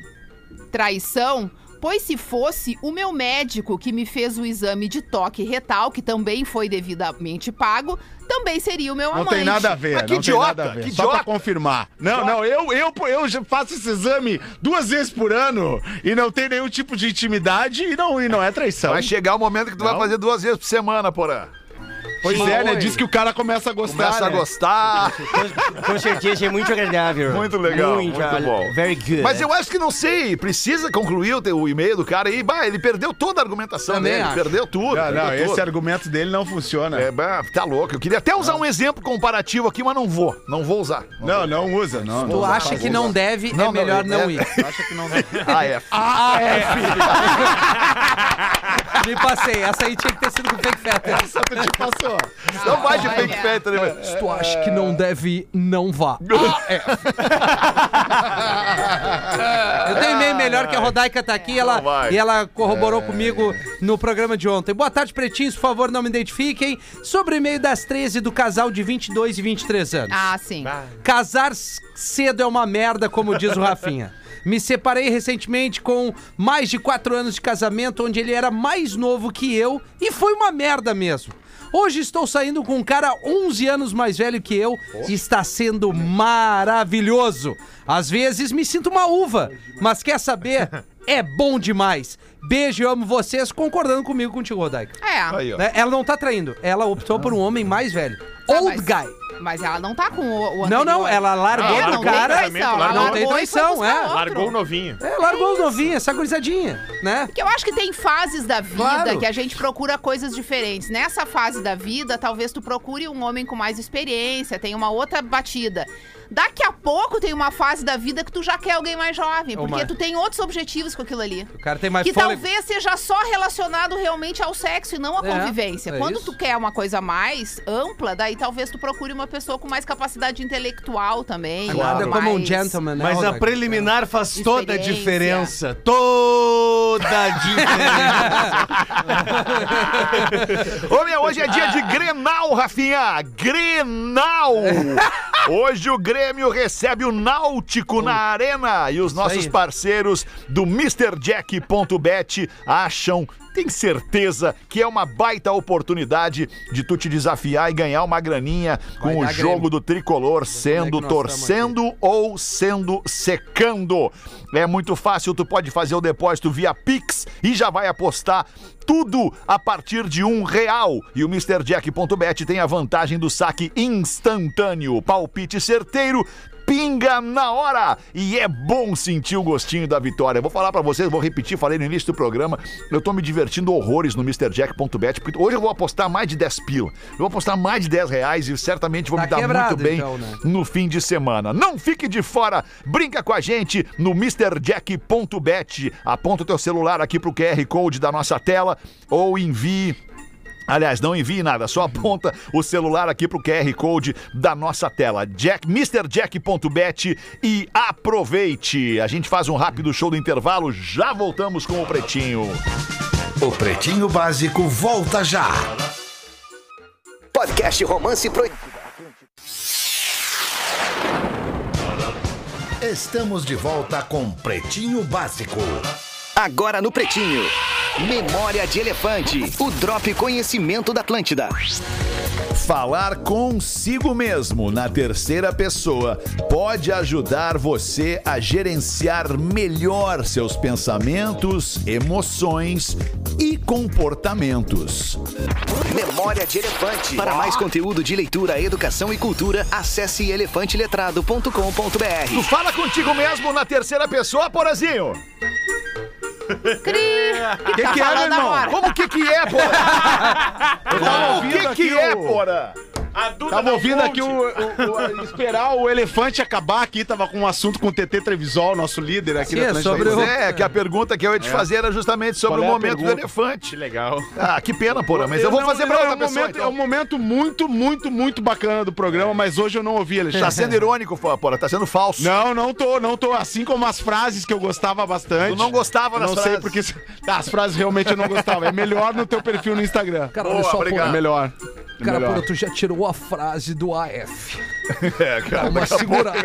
H: traição, pois se fosse o meu médico que me fez o exame de toque retal, que também foi devidamente pago, também seria o meu
F: Não
H: amante.
F: tem nada a ver.
E: Mas que
F: não
E: idiota,
F: tem nada a ver.
E: que
F: Só pra
E: idiota.
F: confirmar. Não, não, eu, eu, eu já faço esse exame duas vezes por ano e não tem nenhum tipo de intimidade e não, e não é traição.
E: Vai chegar o momento que tu vai
F: Não.
E: fazer duas vezes por semana, Porã.
F: pois é, né? Diz que o cara começa a gostar.
E: Começa a
F: né? [LAUGHS]
E: gostar.
J: Com certeza é muito agradável.
E: Muito legal, muito
J: al-
E: bom.
J: Very good.
D: É.
E: Mas eu acho que não sei. Precisa concluir o, teu- o e-mail do cara aí. Bah, ele perdeu toda a argumentação
D: Também
E: dele.
D: acho.
E: Perdeu tudo.
F: [LAUGHS] Não, não,
E: perdeu
F: esse
E: tudo.
F: argumento dele não funciona.
E: É, bah, tá louco. Eu queria até usar um exemplo comparativo aqui, mas não vou. Não vou usar.
F: Não, não usa, não.
D: Tu
F: não.
D: acha que não deve, é
E: Não, não,
D: melhor
J: [LAUGHS]
E: é-
D: não ir.
E: Acha que não dá. [LAUGHS] Ah, é.
D: Me passei. Essa aí tinha que ter sido com o Fake Fetter.
F: Essa tu te passou.
E: Não vai de
H: vai
E: fake
H: é.
E: fetter, né?
D: Se tu acha que não deve ir, não vá. Eu tenho e-mail melhor que a Rodaica tá aqui ela,
E: vai.
D: e ela corroborou comigo no programa de ontem. Boa tarde, pretinhos. Por favor, não me identifiquem. Sobre o e-mail das 13 do casal de 22 e 23 anos.
H: Ah, sim.
D: Casar c- cedo é uma merda, como diz o Rafinha. Me separei recentemente com mais de quatro anos de casamento, onde ele era mais novo que eu, e foi uma merda mesmo. Hoje estou saindo com um cara 11 anos mais velho que eu
E: Oh.
D: e está sendo maravilhoso. Às vezes me sinto uma uva, mas quer
E: [LAUGHS]
D: saber? É bom demais. Beijo, eu amo vocês, concordando comigo contigo, Rodaica.
H: É.
E: Aí, ó.
D: Né? Ela não tá traindo, ela optou por um homem mais velho. Old
H: mas-
D: guy.
H: Mas ela não tá com o, o
D: Não,
H: anterior.
D: não, ela largou
H: É,
D: do
H: não tem
D: cara.
H: traição, ela
D: não
H: largou
D: tem
H: e foi
D: traição,
H: buscar
D: é.
H: outro.
G: Largou o novinho.
D: É, largou o novinho, essa gurizadinha, né?
H: Porque eu acho que tem fases da vida
D: Claro.
H: que a gente procura coisas diferentes. Nessa fase da vida, talvez tu procure um homem com mais experiência, tem uma outra batida. Daqui a pouco tem uma fase da vida que tu já quer alguém mais jovem, porque
D: Mar-
H: tu tem outros objetivos com aquilo ali.
D: O cara tem mais
H: Que
D: fôlego.
H: talvez seja só relacionado realmente ao sexo e não à
D: É,
H: convivência.
D: é
H: Quando
D: isso.
H: tu quer uma coisa mais ampla, daí talvez tu procure uma pessoa com mais capacidade intelectual também.
D: Nada
H: mais-
D: como um gentleman, né?
J: Mas a
D: Rodaica?
J: preliminar faz toda a
H: Experiência.
J: diferença. Toda a [LAUGHS] diferença.
E: Ô, meu, hoje é dia de Grenal, Rafinha! Grenal! Hoje o Grêmio recebe o Náutico na arena e os nossos
D: aí.
E: parceiros do MrJack.bet acham, tem certeza, que é uma baita oportunidade de tu te desafiar e ganhar uma graninha com o
D: dar
E: jogo
D: Grêmio.
E: do tricolor
D: como é
E: sendo
D: que nós
E: torcendo pagando ou sendo secando. É muito fácil, tu pode fazer o depósito via Pix e já vai apostar tudo a partir de um real. E o MrJack.bet tem a vantagem do saque instantâneo, palpite certeiro, pinga na hora. E é bom sentir o gostinho da vitória. Vou falar pra vocês, vou repetir, falei no início do programa, eu tô me divertindo horrores no MrJack.bet, porque hoje eu vou apostar mais de 10 pila. Eu vou apostar mais de 10 reais e certamente vou
D: Tá
E: me dar
D: quebrado,
E: muito bem
D: então, né?
E: no fim de semana. Não fique de fora, brinca com a gente no MrJack.bet. Aponta o teu celular aqui pro QR Code da nossa tela ou envie Aliás, não envie nada, só aponta o celular aqui pro QR Code da nossa tela. Jack, MrJack.bet e aproveite. A gente faz um rápido show do intervalo, já voltamos com o Pretinho.
B: O Pretinho Básico volta já.
K: Podcast Romance Proibido.
B: Estamos de volta com Pretinho Básico.
K: Agora no Pretinho. Memória de Elefante. O Drop Conhecimento da Atlântida.
E: Falar consigo mesmo na terceira pessoa pode ajudar você a gerenciar melhor seus pensamentos, emoções e comportamentos.
K: Memória de Elefante. Para mais conteúdo de leitura, educação e cultura, acesse elefanteletrado.com.br.
E: Tu fala contigo mesmo na terceira pessoa, Porazinho?
H: Cri!
E: Que
H: [LAUGHS] tá
E: que é, meu
H: falando
E: irmão?
H: agora.
E: Como que que [LAUGHS] é, Pora? Como que que é, Pora?
G: A Duda
F: Tava
G: Dal
F: ouvindo
G: Ponte.
F: aqui um- o,
D: [LAUGHS]
F: o- o- esperar o elefante acabar aqui, tava com um assunto com o TT Trevisol, nosso líder aqui
D: Sim,
F: da
D: é
F: Atlântida.
D: sobre o-
E: Pois é, que a pergunta que eu ia te fazer era justamente sobre
F: Qual
E: o
F: é a
E: momento do
F: pergunta?
E: elefante.
G: Que legal.
E: Ah, que pena, Porã, mas eu vou
F: Não,
E: fazer pra
F: não,
E: outra
F: é um
E: pessoa,
F: momento,
E: então. É.
F: É um momento muito, muito, muito bacana do programa, mas hoje eu não ouvi,
E: Tá
F: Alexandre.
E: sendo irônico, Fã, Porã, tá sendo falso.
F: Não, não tô, não tô. Assim como as frases que eu gostava bastante.
E: Tu não gostava
F: Eu
E: das
F: Não
E: frases.
F: sei porque. Tá, as frases realmente eu não gostava. É melhor no teu perfil no Instagram.
D: Cara, olha só,
F: É
D: Porã.
F: melhor. É
D: Cara,
F: melhor.
D: Porã, tu já tirou a frase do AF.
E: É, cara,
D: Dá uma segurada.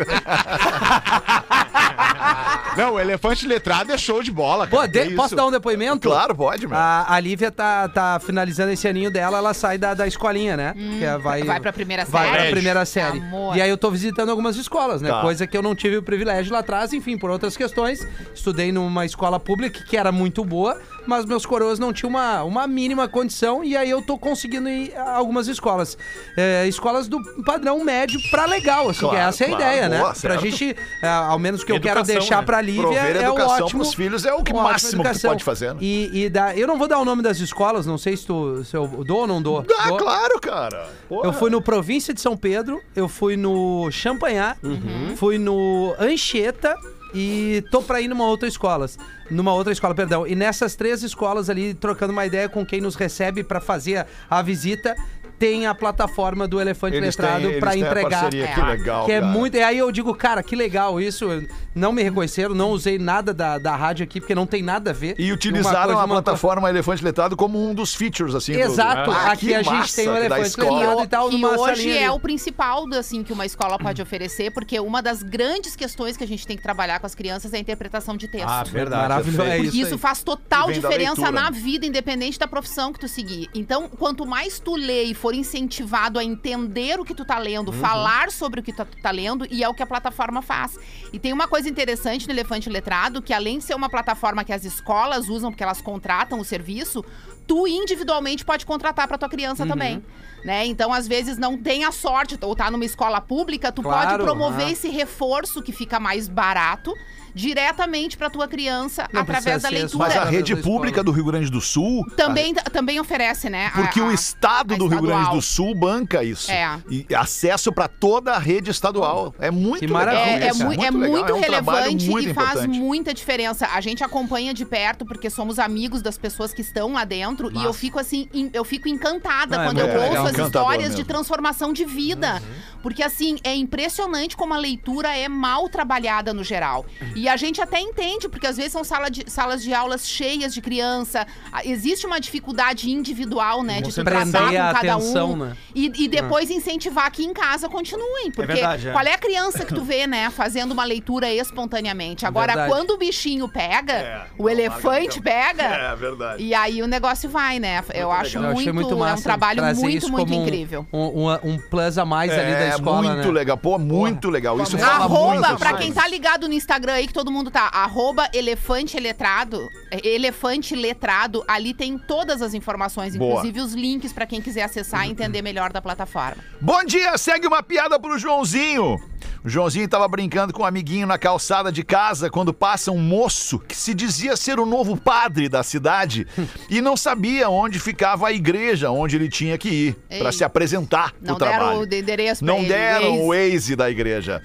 F: Não, o elefante letrado é show de bola, cara.
D: Pô, de-
F: Que
D: posso
F: isso?
D: dar um depoimento?
E: Claro, pode, meu.
D: A, a Lívia tá, tá finalizando esse aninho dela, ela sai da, da escolinha, né? Que ela vai,
H: Hum, vai pra primeira
D: Vai pra
H: série.
D: primeira série.
H: Amor.
D: E aí eu tô visitando algumas escolas, né?
E: Tá.
D: Coisa que eu não tive o privilégio lá atrás, enfim, por outras questões. Estudei numa escola pública que era muito boa, mas meus coroas não tinham uma, uma mínima condição e aí eu tô conseguindo ir a algumas escolas. É, escolas do padrão médio pra legal, assim, que
E: Claro,
D: essa é a
E: claro,
D: ideia, né?
E: boa,
D: Pra
E: certo.
D: gente, é, ao menos que eu quero
G: Educação,
D: deixar
G: né?
D: pra Lívia,
E: Prover
D: é o
E: educação
D: ótimo.
E: pros filhos é o que
D: uma ótima
E: máximo que tu
D: educação.
E: pode fazer, né?
D: E, e dá- eu não vou dar o nome das escolas, não sei se, tu, se eu dou ou não dou.
E: Ah,
D: Dou?
E: claro, cara.
D: Eu fui no Província de São Pedro, eu fui no Champanhar,
E: Uhum.
D: fui no Anchieta e tô pra ir numa outra escola. Numa outra escola, perdão. E nessas três escolas ali, trocando uma ideia com quem nos recebe pra fazer a, a visita, tem a plataforma do Elefante Letrado pra entregar.
E: parceria,
H: É.
E: que legal,
D: Que é
E: cara.
D: muito. E aí eu digo, cara, que legal isso. eu- Não me reconheceram, não usei nada da, da rádio aqui, porque não tem nada a ver.
E: E
D: Uma
E: utilizaram
D: coisa,
E: a
D: uma co-
E: plataforma Elefante Letrado como um dos features, assim. do-
D: Exato,
E: Ah,
D: aqui
E: que
D: a gente
E: massa,
D: tem o
E: da
D: elefante
E: escola.
D: letrado. e tal,
H: que
D: numa
H: hoje
D: salinha ali.
H: é o principal do, assim que uma
D: [CLEARS THROAT]
H: escola pode oferecer, porque uma das grandes questões que a gente tem que trabalhar com as crianças é a interpretação de texto.
D: Ah,
G: verdade.
D: Maravilhoso. É
H: Porque
D: isso,
H: isso,
D: aí.
H: faz total
E: Vem da
H: diferença
E: leitura,
H: na
E: né?
H: vida, independente da profissão que tu seguir. Então, quanto mais tu lê e for incentivado a entender o que tu tá lendo,
D: Uhum.
H: falar sobre o que tu tu tá lendo, e é o que a plataforma faz. E tem uma coisa interessante no Elefante Letrado, que além de ser uma plataforma que as escolas usam, porque elas contratam o serviço, tu individualmente pode contratar pra tua criança
D: Uhum.
H: também. Né? Então, às vezes, não tem a sorte, ou tá numa escola pública, tu
D: Claro,
H: pode promover
D: ah.
H: esse reforço que fica mais barato diretamente pra tua criança
D: Não
H: através
D: precisa
H: da
D: ser
H: leitura.
E: Mas a
D: Todas
E: rede
D: as
E: pública
D: escolas.
E: do Rio Grande do Sul.
H: Também, também oferece, né? a-
E: Porque o
H: a-
E: estado
H: a
E: do Rio Grande do
H: estadual.
E: Sul banca isso.
H: É.
E: E acesso para toda a rede estadual. É muito
D: Que
E: legal.
D: maravilha,
H: É, é,
E: isso,
H: mui- é
E: legal,
H: muito
E: é um trabalho
H: relevante
E: muito
H: e faz
E: importante.
H: muita diferença. A gente acompanha de perto porque somos amigos das pessoas que estão lá dentro e eu fico assim, em- eu fico encantada
D: Ah, é
H: quando
D: muito
H: eu
E: legal.
H: ouço as
E: Encantador
H: histórias de
E: mesmo. Uhum.
H: transformação de vida. Porque assim, é impressionante como a leitura é mal trabalhada no geral. E a gente até entende, porque às vezes são sala de- salas de aulas cheias de criança, a- existe uma dificuldade individual, né, de se
D: Prender
H: tratar com
D: a
H: cada
D: atenção,
H: um.
D: né?
H: E, e depois incentivar que em casa continuem. Porque
J: verdade, é.
H: qual é a criança que tu vê, né, fazendo uma leitura espontaneamente? Agora,
D: Verdade.
H: quando o bichinho pega, o elefante pega,
E: É verdade.
H: e aí o negócio vai, né? Eu acho
D: Eu achei
H: muito, é um trabalho
D: trazer
H: muito,
D: isso
H: muito
D: como um-
H: incrível.
D: Um, um- um plus a mais ali da escola,
E: é, muito
D: né?
E: legal. Pô, muito legal. Isso fala
H: Arroba,
E: muito
H: pra
E: sobre
H: quem
E: isso.
H: tá ligado no Instagram aí, que todo mundo tá, arroba elefante letrado, é, elefante letrado, ali tem todas as informações,
E: Boa.
H: inclusive os links pra quem quiser acessar e entender melhor da plataforma.
E: Bom dia, segue uma piada pro Joãozinho. O Joãozinho tava brincando com um amiguinho na calçada de casa quando passa um moço que se dizia ser o novo padre da
H: [LAUGHS]
E: cidade e não sabia onde ficava a igreja onde ele tinha que ir para
H: Ei.
E: se apresentar pro
H: Não deram
E: trabalho.
H: o endereço pra
E: Não
H: ele, é
E: deram o
H: Waze.
E: Waze da igreja.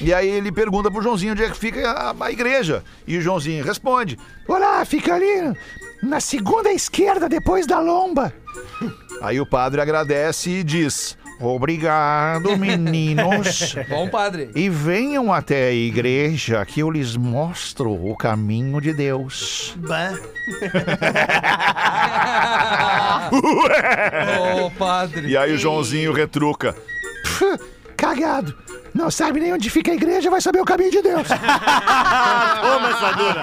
E: E aí ele pergunta pro Joãozinho onde é que fica a, a igreja. E o Joãozinho responde: Olá, fica ali na segunda esquerda depois da lomba. Aí o padre agradece e diz:
H: [LAUGHS]
E: Obrigado, meninos.
D: Bom,
E: [LAUGHS]
D: padre.
E: E venham até a igreja que eu lhes mostro o caminho de Deus.
D: Ô, padre.
E: E aí o Joãozinho retruca. "Pff, Cagado. Não sabe nem onde fica a igreja, vai saber o caminho de Deus.
I: Toma essa dura.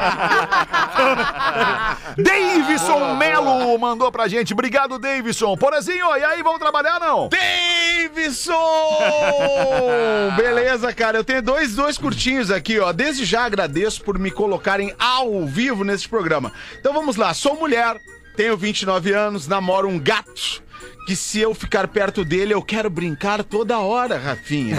F: Ah,
E: Davidson Melo mandou pra gente. Obrigado, Davidson. Porazinho, e aí, vão trabalhar não?
F: Davidson! [LAUGHS] Beleza, cara. Eu tenho dois, dois curtinhos aqui, ó. Desde já agradeço por me colocarem ao vivo nesse programa. Então vamos lá. Sou mulher, tenho 29 anos, namoro um gato. Que se eu ficar perto dele, eu quero brincar toda hora, Rafinha.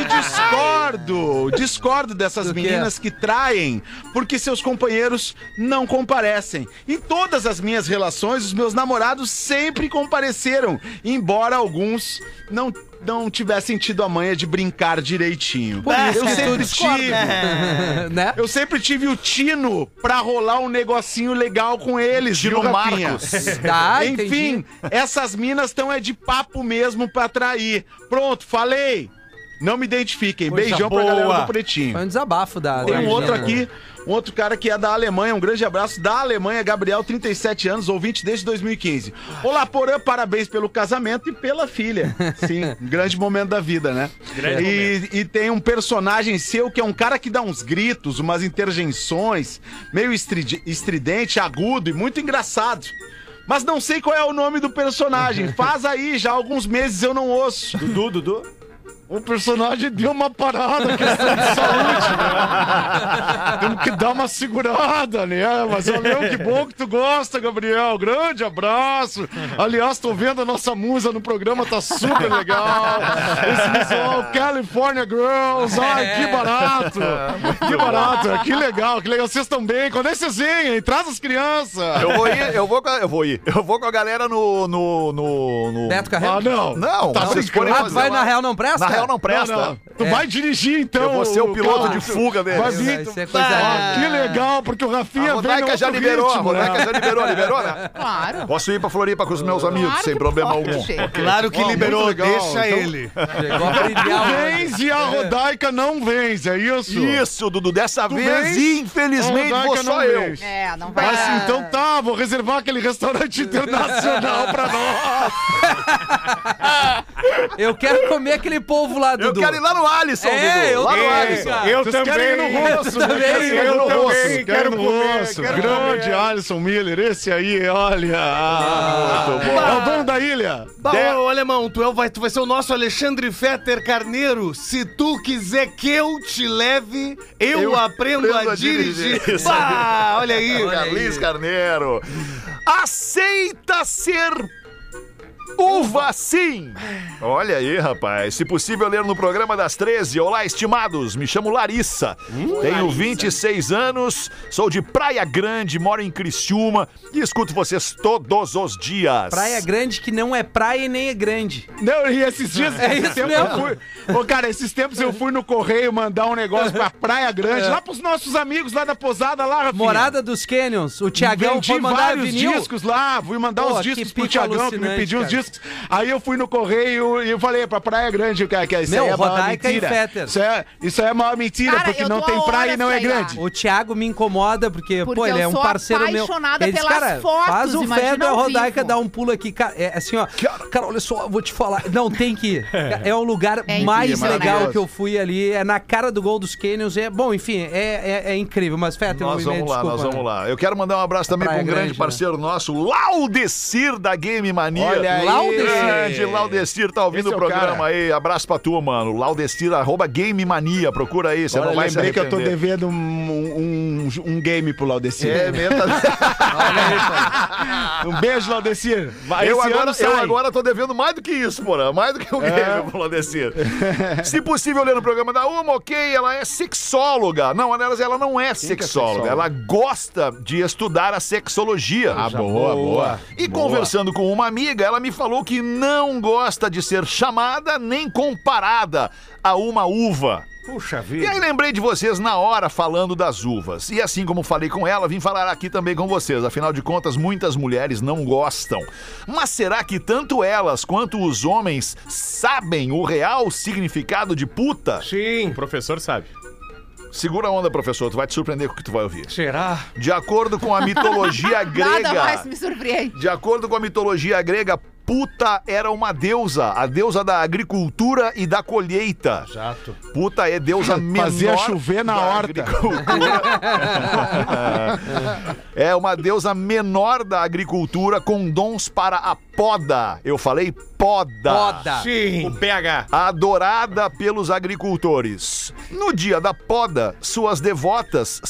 F: E discordo, discordo dessas
D: Do quê?
F: meninas que traem porque seus companheiros não comparecem. Em todas as minhas relações, os meus namorados sempre compareceram, embora alguns não não tivessem tido a manha de brincar direitinho.
D: Por isso
F: eu
D: que tu
F: sempre
D: discorda.
F: tive,
D: [LAUGHS] né?
F: eu sempre tive o tino pra rolar um negocinho legal com eles,
E: Tino
F: viu, Rafinha?
E: Marcos.
D: Tá, entendi.
F: Enfim, essas minas estão é de papo mesmo pra trair. Pronto, falei. Não me identifiquem.
G: Coisa
F: Beijão pra
G: boa.
F: galera do Pretinho.
D: Foi um desabafo da.
F: Tem
D: da
F: um outro
D: menina.
F: aqui, um outro cara que é da Alemanha, um grande abraço da Alemanha, Gabriel, 37 anos, ouvinte desde 2015. Olá, Porã, parabéns pelo casamento e pela filha. Sim, um grande momento da vida, né?
G: Grande
F: e, e tem um personagem seu que é um cara que dá uns gritos, umas interjeições, meio estride- estridente, agudo e muito engraçado. Mas não sei qual é o nome do personagem. Faz aí, já há alguns meses eu não ouço.
G: Dudu, Dudu.
F: O Um personagem deu uma parada, questão de saúde, né? Temos que dar uma segurada, né? Mas olha que bom que tu gosta, Gabriel. Grande abraço. Aliás, tô vendo a nossa musa no programa, tá super legal. Esse visual California Girls. Ai, que barato. Que barato. é, Que legal, que legal. Vocês estão bem. Quando é que vocês vêm, hein? Traz as crianças.
E: Eu vou ir, eu vou, com a- eu vou ir. Eu vou com a galera no. no, no, no...
D: Beto Carreiro.
F: Ah, não.
E: É, Não,
F: Tá
E: vocês
F: brincando?
E: forem
D: Ah, tu vai
E: fazer lá-
D: na real não presta?
E: Na real não
F: Não,
E: presta. É.
F: não. Tu vai dirigir, então.
E: Eu vou ser o piloto
F: carro.
E: de fuga dele.
F: Vai
D: É, vai
F: vir.
D: ser
F: tu-
D: coisa linda.
F: Ah, que legal, porque o
E: A
F: Rafinha vem
E: Rodaica
F: no
E: já
F: outro
E: liberou, a
F: ritmo, né?
E: Rodaica já liberou, liberou, né?
H: Claro.
E: Posso ir pra Floripa com os meus amigos,
H: Claro
E: sem
H: que
E: problema
H: pode,
E: algum.
H: gente.
L: Claro que
F: Ó,
L: liberou,
F: muito legal,
L: deixa
F: então-
L: ele.
D: Chegou a brilhar.
F: Vens e a Rodaica não vens, é isso?
E: Isso, Dudu, dessa vez,
F: vens?
E: infelizmente,
F: A
E: vou
F: Rodaica
E: só
F: não
E: eu.
F: vens.
H: É, não vai.
F: Mas
E: assim,
F: então tá, vou reservar aquele restaurante internacional pra nós.
D: Eu quero comer aquele povo lá,
E: Eu
D: Dudu.
E: quero ir lá no Alisson,
D: É,
E: Dudu.
D: eu
E: lá no
D: também,
E: Alisson.
D: cara.
I: Eu
F: Vocês querem ir no
I: também.
F: rosto, né?
D: também,
F: Querem ir
D: eu
F: no
D: também,
F: rosto, querem
I: quero
F: ir no
I: comer,
F: rosto.
I: quero
F: Grande Alisson Miller, esse aí, olha. É o dono da ilha.
L: Bah, ô, ô, alemão, tu, é, o- vai, tu vai ser o nosso Alexandre Fetter Carneiro. Se tu quiser que eu te leve, eu, aprendo, a, dirigir. Bah, olha aí.
E: Carlinhos Carneiro. Aceita ser uva sim. Olha aí, rapaz. Se possível, ler no programa das 13. Olá, estimados. Me chamo Larissa.
L: Hum,
E: Tenho 26 anos, sou de Praia Grande, moro em Criciúma e escuto vocês todos os dias.
D: Praia Grande que não é praia e nem é grande.
F: Não, e esses dias,
D: É
F: esses
D: isso
F: tempos
D: mesmo.
F: eu fui. Ô, cara, esses tempos eu fui no correio mandar um negócio pra Praia Grande, lá pros nossos amigos lá da posada lá, Rafinha.
D: É. Morada dos Canyons. O Tiagão
F: Vendi
D: foi mandar
F: vários
D: vinil.
F: discos lá, fui mandar
D: Pô,
F: os
D: que
F: discos pro
D: pico
F: Tiagão, que me
D: alucinante,
F: pediu os
D: cara.
F: discos. Aí eu fui no correio e eu falei pra Praia Grande, cara, que isso
D: Meu,
F: aí é uma
D: Rodaica e
F: mentira.
D: Fetter.
F: Isso é, isso aí é uma mentira,
H: Cara,
F: porque
H: eu
F: não
H: tô
F: tem
H: há
F: praia e não é
H: horas pra ir lá.
F: grande.
D: O Thiago me incomoda porque,
H: Ah. Porque
D: pô, ele
H: eu
D: é um
H: sou
D: parceiro meu.
H: apaixonada
D: Ele diz,
H: pelas
D: cara,
H: fotos,
D: faz o
H: imagina
D: Fedo e a
H: ao
D: Rodaica
H: vivo.
D: dá um pulo aqui. Cara, é assim, ó. Cara, olha só, eu vou te falar. Não, tem que ir. É o lugar
H: É
D: mais
H: incrível,
D: legal
H: né?
D: que eu fui ali. É na cara do gol dos Canyons. É, bom, enfim, é, é, é incrível. Mas, Fetter, me-
E: Nós
D: me
E: vamos lá,
D: desculpa,
E: nós vamos
D: né?
E: lá. Eu quero mandar um abraço também para
D: Praia
E: um grande
D: Grande, né?
E: parceiro nosso, Laudecir da Game Mania.
F: Olha aí.
E: Grande Laudecir, tá ouvindo
F: Esse é
E: o
F: o
E: programa
F: cara.
E: aí. Abraço pra tu, mano. Laudecir, arroba Game Mania. Procura aí, você
F: Agora
E: Então não vai se
F: lembrei que eu tô
E: arrepender.
F: devendo um, um, um game pro Laudecir.
E: É,
F: [LAUGHS]
E: meta...
F: Um beijo, Laudecir. Vai,
E: eu,
F: esse
E: agora,
F: ano sai. É.
E: eu agora tô devendo mais do que isso, porra. Mais do que o game pro
F: [LAUGHS]
E: Laudecir. Se possível, ler no programa da Uma, ok, ela é sexóloga. Não, aliás, ela não é sexóloga.
F: sexóloga?
E: Ela gosta de estudar a sexologia. Ah,
F: boa, boa.
E: E conversando com uma amiga, ela me falou que não gosta de ser chamada nem comparada a uma uva.
F: Puxa
E: E
F: vida.
E: aí lembrei de vocês na hora falando das uvas. E assim como falei com ela, vim falar aqui também com vocês. Afinal de contas, muitas mulheres não gostam. Mas será que tanto elas quanto os homens sabem o real significado de puta?
F: Sim. O
G: professor sabe.
E: Segura a onda, professor, tu vai te surpreender com o que tu vai ouvir.
F: Será?
E: De acordo com a mitologia grega.
H: [LAUGHS] Nada mais me surpreende.
E: De acordo com a mitologia grega, Puta era uma deusa, a deusa da agricultura e da colheita.
F: Exato.
E: Puta é deusa menor.
F: [LAUGHS] Fazia chover na
E: da
F: horta.
E: agricultura. [LAUGHS] é uma deusa menor da agricultura com dons para a poda. Eu falei poda.
D: Poda.
F: Sim.
G: O PH.
E: Adorada pelos agricultores. No dia da poda, suas devotas,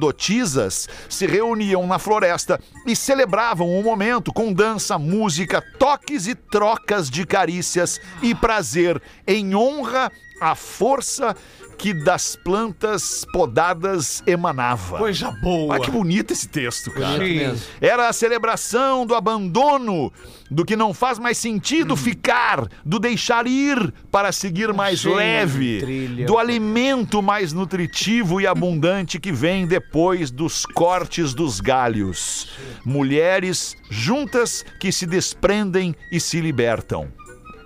E: sacerdotisas, se reuniam na floresta e celebravam o momento com dança, música, toques e trocas de carícias e prazer em honra à força que das plantas podadas emanava.
F: Coisa boa.
E: Olha Ah, que bonito esse texto, cara.
F: Sim.
E: Era a celebração do abandono, do que não faz mais sentido
F: Hum.
E: ficar, do deixar ir para seguir mais
F: Sim,
E: leve,
F: trilha.
E: do alimento mais nutritivo e abundante que vem depois dos cortes dos galhos. Mulheres juntas que se desprendem e se libertam.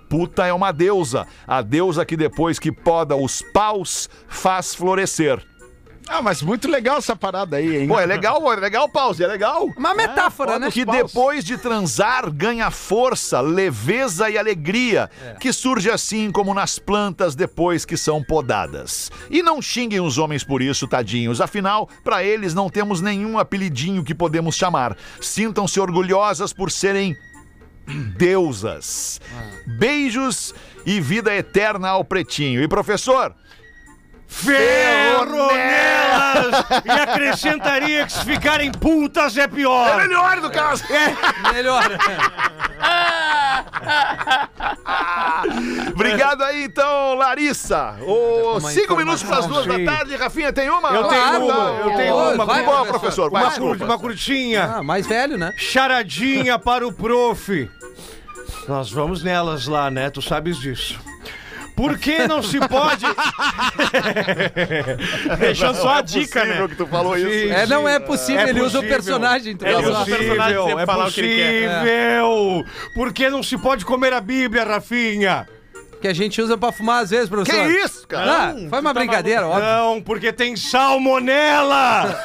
E: Puta é uma deusa, a deusa que depois que poda os paus faz florescer.
F: Ah, mas muito legal essa parada aí, hein?
E: Pô, é legal, pô, é legal, pause, é legal.
D: Uma metáfora, né?
E: Que depois de transar ganha força, leveza e alegria, que surge assim como nas plantas depois que são podadas. E não xinguem os homens por isso, tadinhos. Afinal, pra eles não temos nenhum apelidinho que podemos chamar. Sintam-se orgulhosas por serem deusas. Beijos e vida eterna ao pretinho. E professor,
I: Ferro nelas! E acrescentaria que se ficarem putas é pior.
E: melhor do caso.
D: Melhor.
E: [LAUGHS] Obrigado aí, então, Larissa. Ô,
D: uma
E: cinco minutos para as duas
F: Sim.
E: da tarde. Rafinha, tem uma?
F: Eu
D: Claro,
F: tenho uma, eu tenho
D: Ô,
F: uma.
D: vai,
F: com-
E: Qual, professor? Vai,
F: Uma,
E: desculpa.
F: cur- uma curtinha.
D: Ah, mais velho, né?
F: Charadinha para o prof. Nós vamos nelas lá, né? Tu sabes disso. Por que não se
G: [LAUGHS]
F: pode.
G: Deixou só a
E: É
G: dica,
E: possível
G: né?
E: que tu falou isso.
D: É, não é possível,
F: É
D: ele usa o
F: possível.
D: personagem. tu
L: É
G: Ele
D: tá
G: usa É o
D: lá.
G: personagem. personagem sempre
F: é
G: falar o que ele quer.
F: possível. Por que não se pode comer a Bíblia, Rafinha?
D: Que a gente usa pra fumar às vezes,
E: Que
D: professor.
E: isso, cara?
D: Ah, foi uma brincadeira, óbvio.
F: Não, porque tem
D: [LAUGHS]
F: salmonela!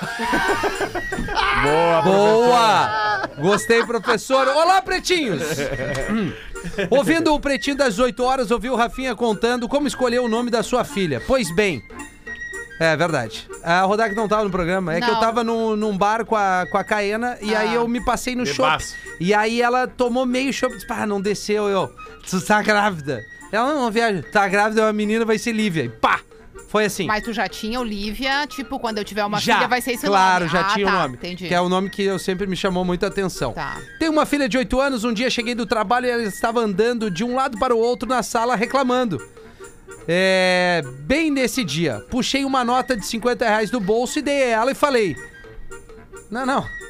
D: Boa! Gostei, professor. Olá,
F: [LAUGHS]
D: pretinhos! Hum. Ouvindo o pretinho das 8 horas, ouvi o Rafinha contando como escolheu o nome da sua filha. Pois bem. É verdade. A Rodak não tava no programa. É que
H: Não.
D: eu tava num, num bar com a, com a Caena e aí eu me passei no shopping.
G: Bebaço.
D: E aí ela tomou meio chopp e disse: Ah, não desceu, eu. Tu tá grávida. Ela não, não viaja. Tá grávida, é uma menina, vai ser Lívia. E pá! Foi assim.
H: Mas tu já tinha Olivia, tipo, quando eu tiver uma
D: já,
H: filha vai ser esse
D: claro,
H: nome.
D: já
H: Ah,
D: tinha o
H: tá,
D: nome.
H: Entendi.
D: Que é o nome que eu sempre me chamou muita atenção.
H: Tá.
D: Tenho uma filha de 8 anos, um dia cheguei do trabalho e ela estava andando de um lado para o outro na sala reclamando. É, bem nesse dia, puxei uma nota de 50 reais do bolso e dei a ela e falei: Não, não. [LAUGHS]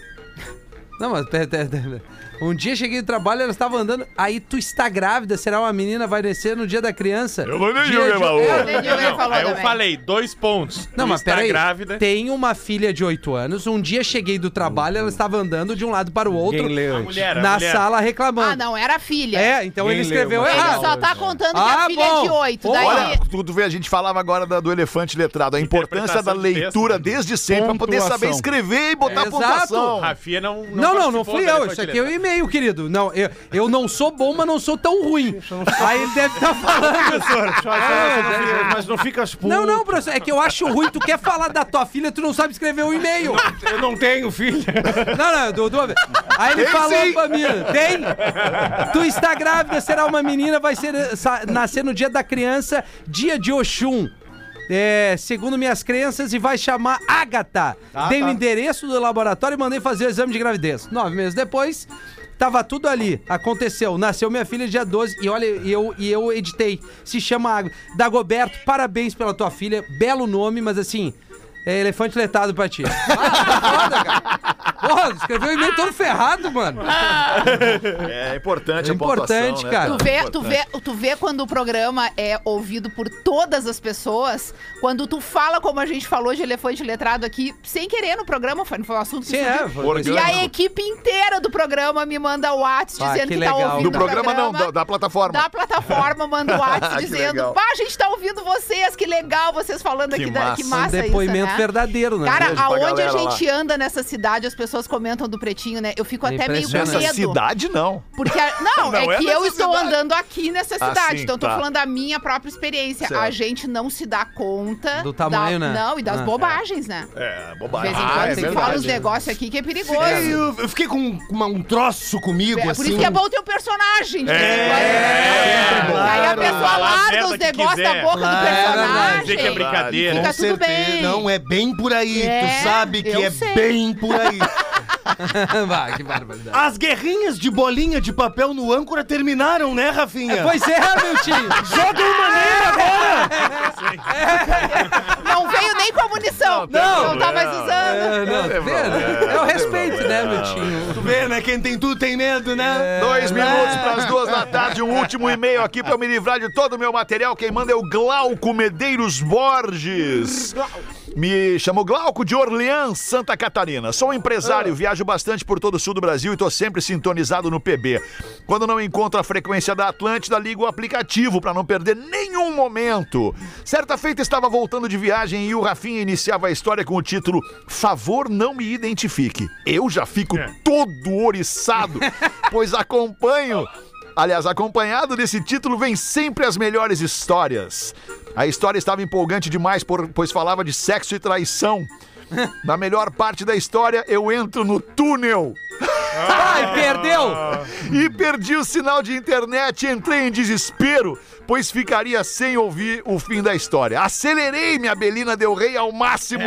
D: Não, mas. pera, pera, pera. Um dia cheguei do trabalho, ela estava andando. Aí tu está grávida, será uma menina, vai descer no dia da criança. Eu
E: não entendi o que falou.
H: Entendi o que ele
G: Não,
H: falou
G: aí eu
H: também.
G: falei, dois pontos.
D: não,
G: Tu
D: mas
G: está
D: peraí.
G: tá grávida.
D: Tem uma filha de 8 anos. Um dia cheguei do trabalho, ela estava andando de um lado para o outro
G: A mulher, a
D: na
G: mulher.
D: sala reclamando.
H: Ah, não, era a filha.
D: É, então
F: Quem
D: ele escreveu
F: leu, mas-
H: Ele só
D: errado.
H: tá contando que
D: Ah,
H: a filha
D: bom.
H: é de oito. Daí...
E: Olha, tudo vê, a gente falava agora da- do elefante letrado, a importância da
G: Interpretação de
E: leitura
G: texto, né?
E: desde sempre, pra poder saber
F: Pontuação.
E: escrever e botar
D: Exato.
E: pontuação.
G: Rafinha não.
D: Não, não, não
G: participou
D: fui
G: da
D: eu.
G: elefante
D: Isso aqui é
G: letrado.
D: o e-mail, querido. Não, eu, eu não sou bom, mas não sou tão ruim. Aí ele deve estar falando. assim.
F: Mas não fica as putas.
D: É, Não, não, professor. É que eu acho ruim. Tu quer falar da tua filha, tu não sabe escrever o e-mail.
F: Eu não tenho filha.
D: Não, não, do, do... Aí ele falou
F: sim.
D: pra mim, tem? Tu está grávida, será uma menina, vai ser, sa- nascer no dia da criança, dia de Oxum. É, segundo minhas crenças, e vai chamar Agatha. Dei o endereço do laboratório e mandei fazer o exame de gravidez. Nove meses depois, tava tudo ali. Aconteceu. Nasceu minha filha dia 12 e olha, e eu, e eu editei. Se chama Agatha. Dagoberto, parabéns pela tua filha. Belo nome, mas assim, é elefante letado pra ti. Ah, foda, cara. Porra, escreveu um e-mail todo ferrado, mano.
E: É importante
D: É
E: a pontuação,
D: importante,
E: né,
D: cara.
H: Tu vê, tu, vê, tu vê quando o programa é ouvido por todas as pessoas, quando tu fala como a gente falou de elefante letrado aqui, sem querer no programa, foi, não foi um assunto que
D: Sim, é,
H: surgiu.
D: foi-
H: E a
E: Orgânico.
H: equipe inteira do programa me manda o WhatsApp
D: Ah,
H: dizendo
D: que
H: que,
D: legal.
H: tá ouvindo
E: Do programa não, da, da plataforma.
H: Da
E: [LAUGHS]
H: plataforma manda o
E: Que
H: WhatsApp dizendo:
E: legal.
H: Pá, a gente tá ouvindo vocês, que legal vocês falando
E: Que
H: aqui. da-
E: massa.
H: que
E: Um
D: Um
H: massa
D: depoimento
H: isso, né?
D: verdadeiro, né?
H: Cara,
D: [LAUGHS]
E: Beijo pra
H: aonde a
E: galera lá.
H: gente anda nessa cidade, as pessoas comentam do pretinho, né? Eu fico
D: É
H: até meio com
D: impressionante.
H: medo.
E: Essa cidade não.
H: Porque a- Não,
E: Não
H: é
E: é
H: que eu
E: nessa
H: estou
E: cidade.
H: andando aqui nessa
E: Ah,
H: cidade.
E: sim,
H: então, eu tô
E: tá.
H: falando da minha própria experiência.
E: Certo.
H: A gente não se dá conta.
D: Do tamanho,
H: da-
D: né?
H: Não, e das
D: Ah,
H: bobagens, né?
E: É,
H: De vez
E: bobagem.
H: em
E: Ah,
H: quando
E: é
H: se
E: verdade.
H: fala os negócios aqui que é perigoso.
L: Fiquei-
H: É,
L: eu, eu fiquei com uma- um troço comigo,
H: por
L: assim.
H: isso que é bom ter um personagem. de vez em quando.
G: é,
H: E aí a
L: claro.
H: pessoa
G: Falar a
H: larga
G: merda
H: os
G: que
H: negócios da
G: quiser.
H: boca
L: Claro, mas
H: do
G: Dizer que é
H: personagem.
G: brincadeira.
H: Fica tudo
L: certeza.
H: bem.
L: Não, é bem por aí.
H: É,
L: tu sabe que
H: eu
L: é
H: sei.
L: bem por
H: [LAUGHS]
L: aí.
D: Vai, que barbaridade.
L: As guerrinhas de bolinha de papel no âncora terminaram, né, Rafinha?
D: [LAUGHS] Pois é, meu tio.
L: Joga uma maneira agora!
H: Não veio nem com a munição.
D: Não,
H: Não tá mais usando.
D: É, não, vê,
E: tem problema,
D: né? é o
E: não tem
D: respeito, né,
E: problema.
D: meu tio?
L: Tu vê, né? Quem tem tudo tem medo, né?
E: Dois minutos para as duas da tarde, um último e-mail aqui para eu me livrar de todo o meu material. Quem manda é o Glauco Medeiros Borges. Me chamo Glauco de Orleans, Santa Catarina. Sou um empresário, viajo bastante por todo o sul do Brasil e tô sempre sintonizado no PB. Quando não encontro a frequência da Atlântida, ligo o aplicativo para não perder nenhum um momento. Certa feita estava voltando de viagem e o Rafinha iniciava a história com o título Favor não me identifique. Eu já fico todo oriçado, pois acompanho Aliás, acompanhado desse título vem sempre as melhores histórias. A história estava empolgante demais, por- pois falava de sexo e traição. Na melhor parte da história, eu entro no túnel
D: Ai, perdeu!
E: e perdi o sinal de internet e entrei em desespero, pois ficaria sem ouvir o fim da história. Acelerei minha Belina Del Rey ao máximo,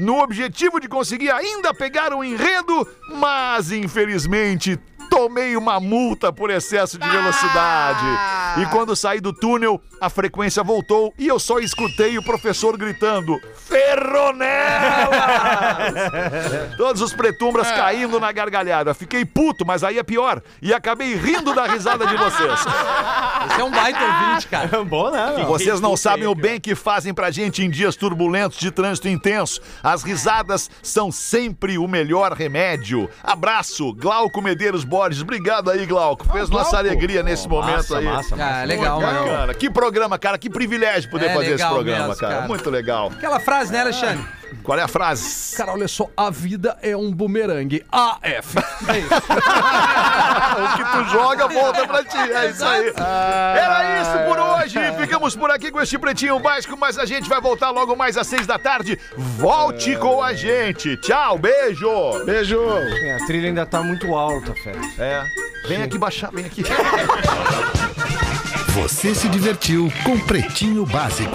E: no objetivo de conseguir ainda pegar o enredo, mas infelizmente tomei uma multa por excesso de velocidade. E quando saí do túnel, a frequência voltou e eu só escutei o professor gritando: Ferronelas! Todos os pretumbras caindo na gargalhada. Fiquei puto, mas aí é pior. E acabei rindo da risada de vocês.
D: Você é um baita ouvinte, cara.
G: Bom, né? meu?
E: Vocês não sabem o bem que fazem pra gente em dias turbulentos de trânsito intenso. As risadas são sempre o melhor remédio. Abraço, Glauco Medeiros Borges. Obrigado aí, Glauco. Fez nossa alegria nesse momento aí.
D: Ah,
E: Muito
D: legal, meu.
E: bacana. Que programa, cara. Que privilégio poder
D: É
E: fazer esse
D: legal
E: programa,
D: mesmo,
E: cara.
D: cara.
E: Muito legal.
D: Aquela frase, né, Alexandre?
E: Qual é a frase?
D: Cara, olha só, a vida é um bumerangue. AF.
E: Ah, O que
D: [LAUGHS]
E: tu joga volta pra ti. É isso aí.
D: Ah.
E: Era isso por hoje. Ficamos por aqui com este pretinho básico, mas a gente vai voltar logo mais às seis da tarde. Volte com a gente. Tchau, beijo.
F: Beijo.
J: É, a trilha ainda tá muito alta, fé.
E: É. Vem aqui baixar, vem aqui.
B: Você se divertiu com Pretinho Básico.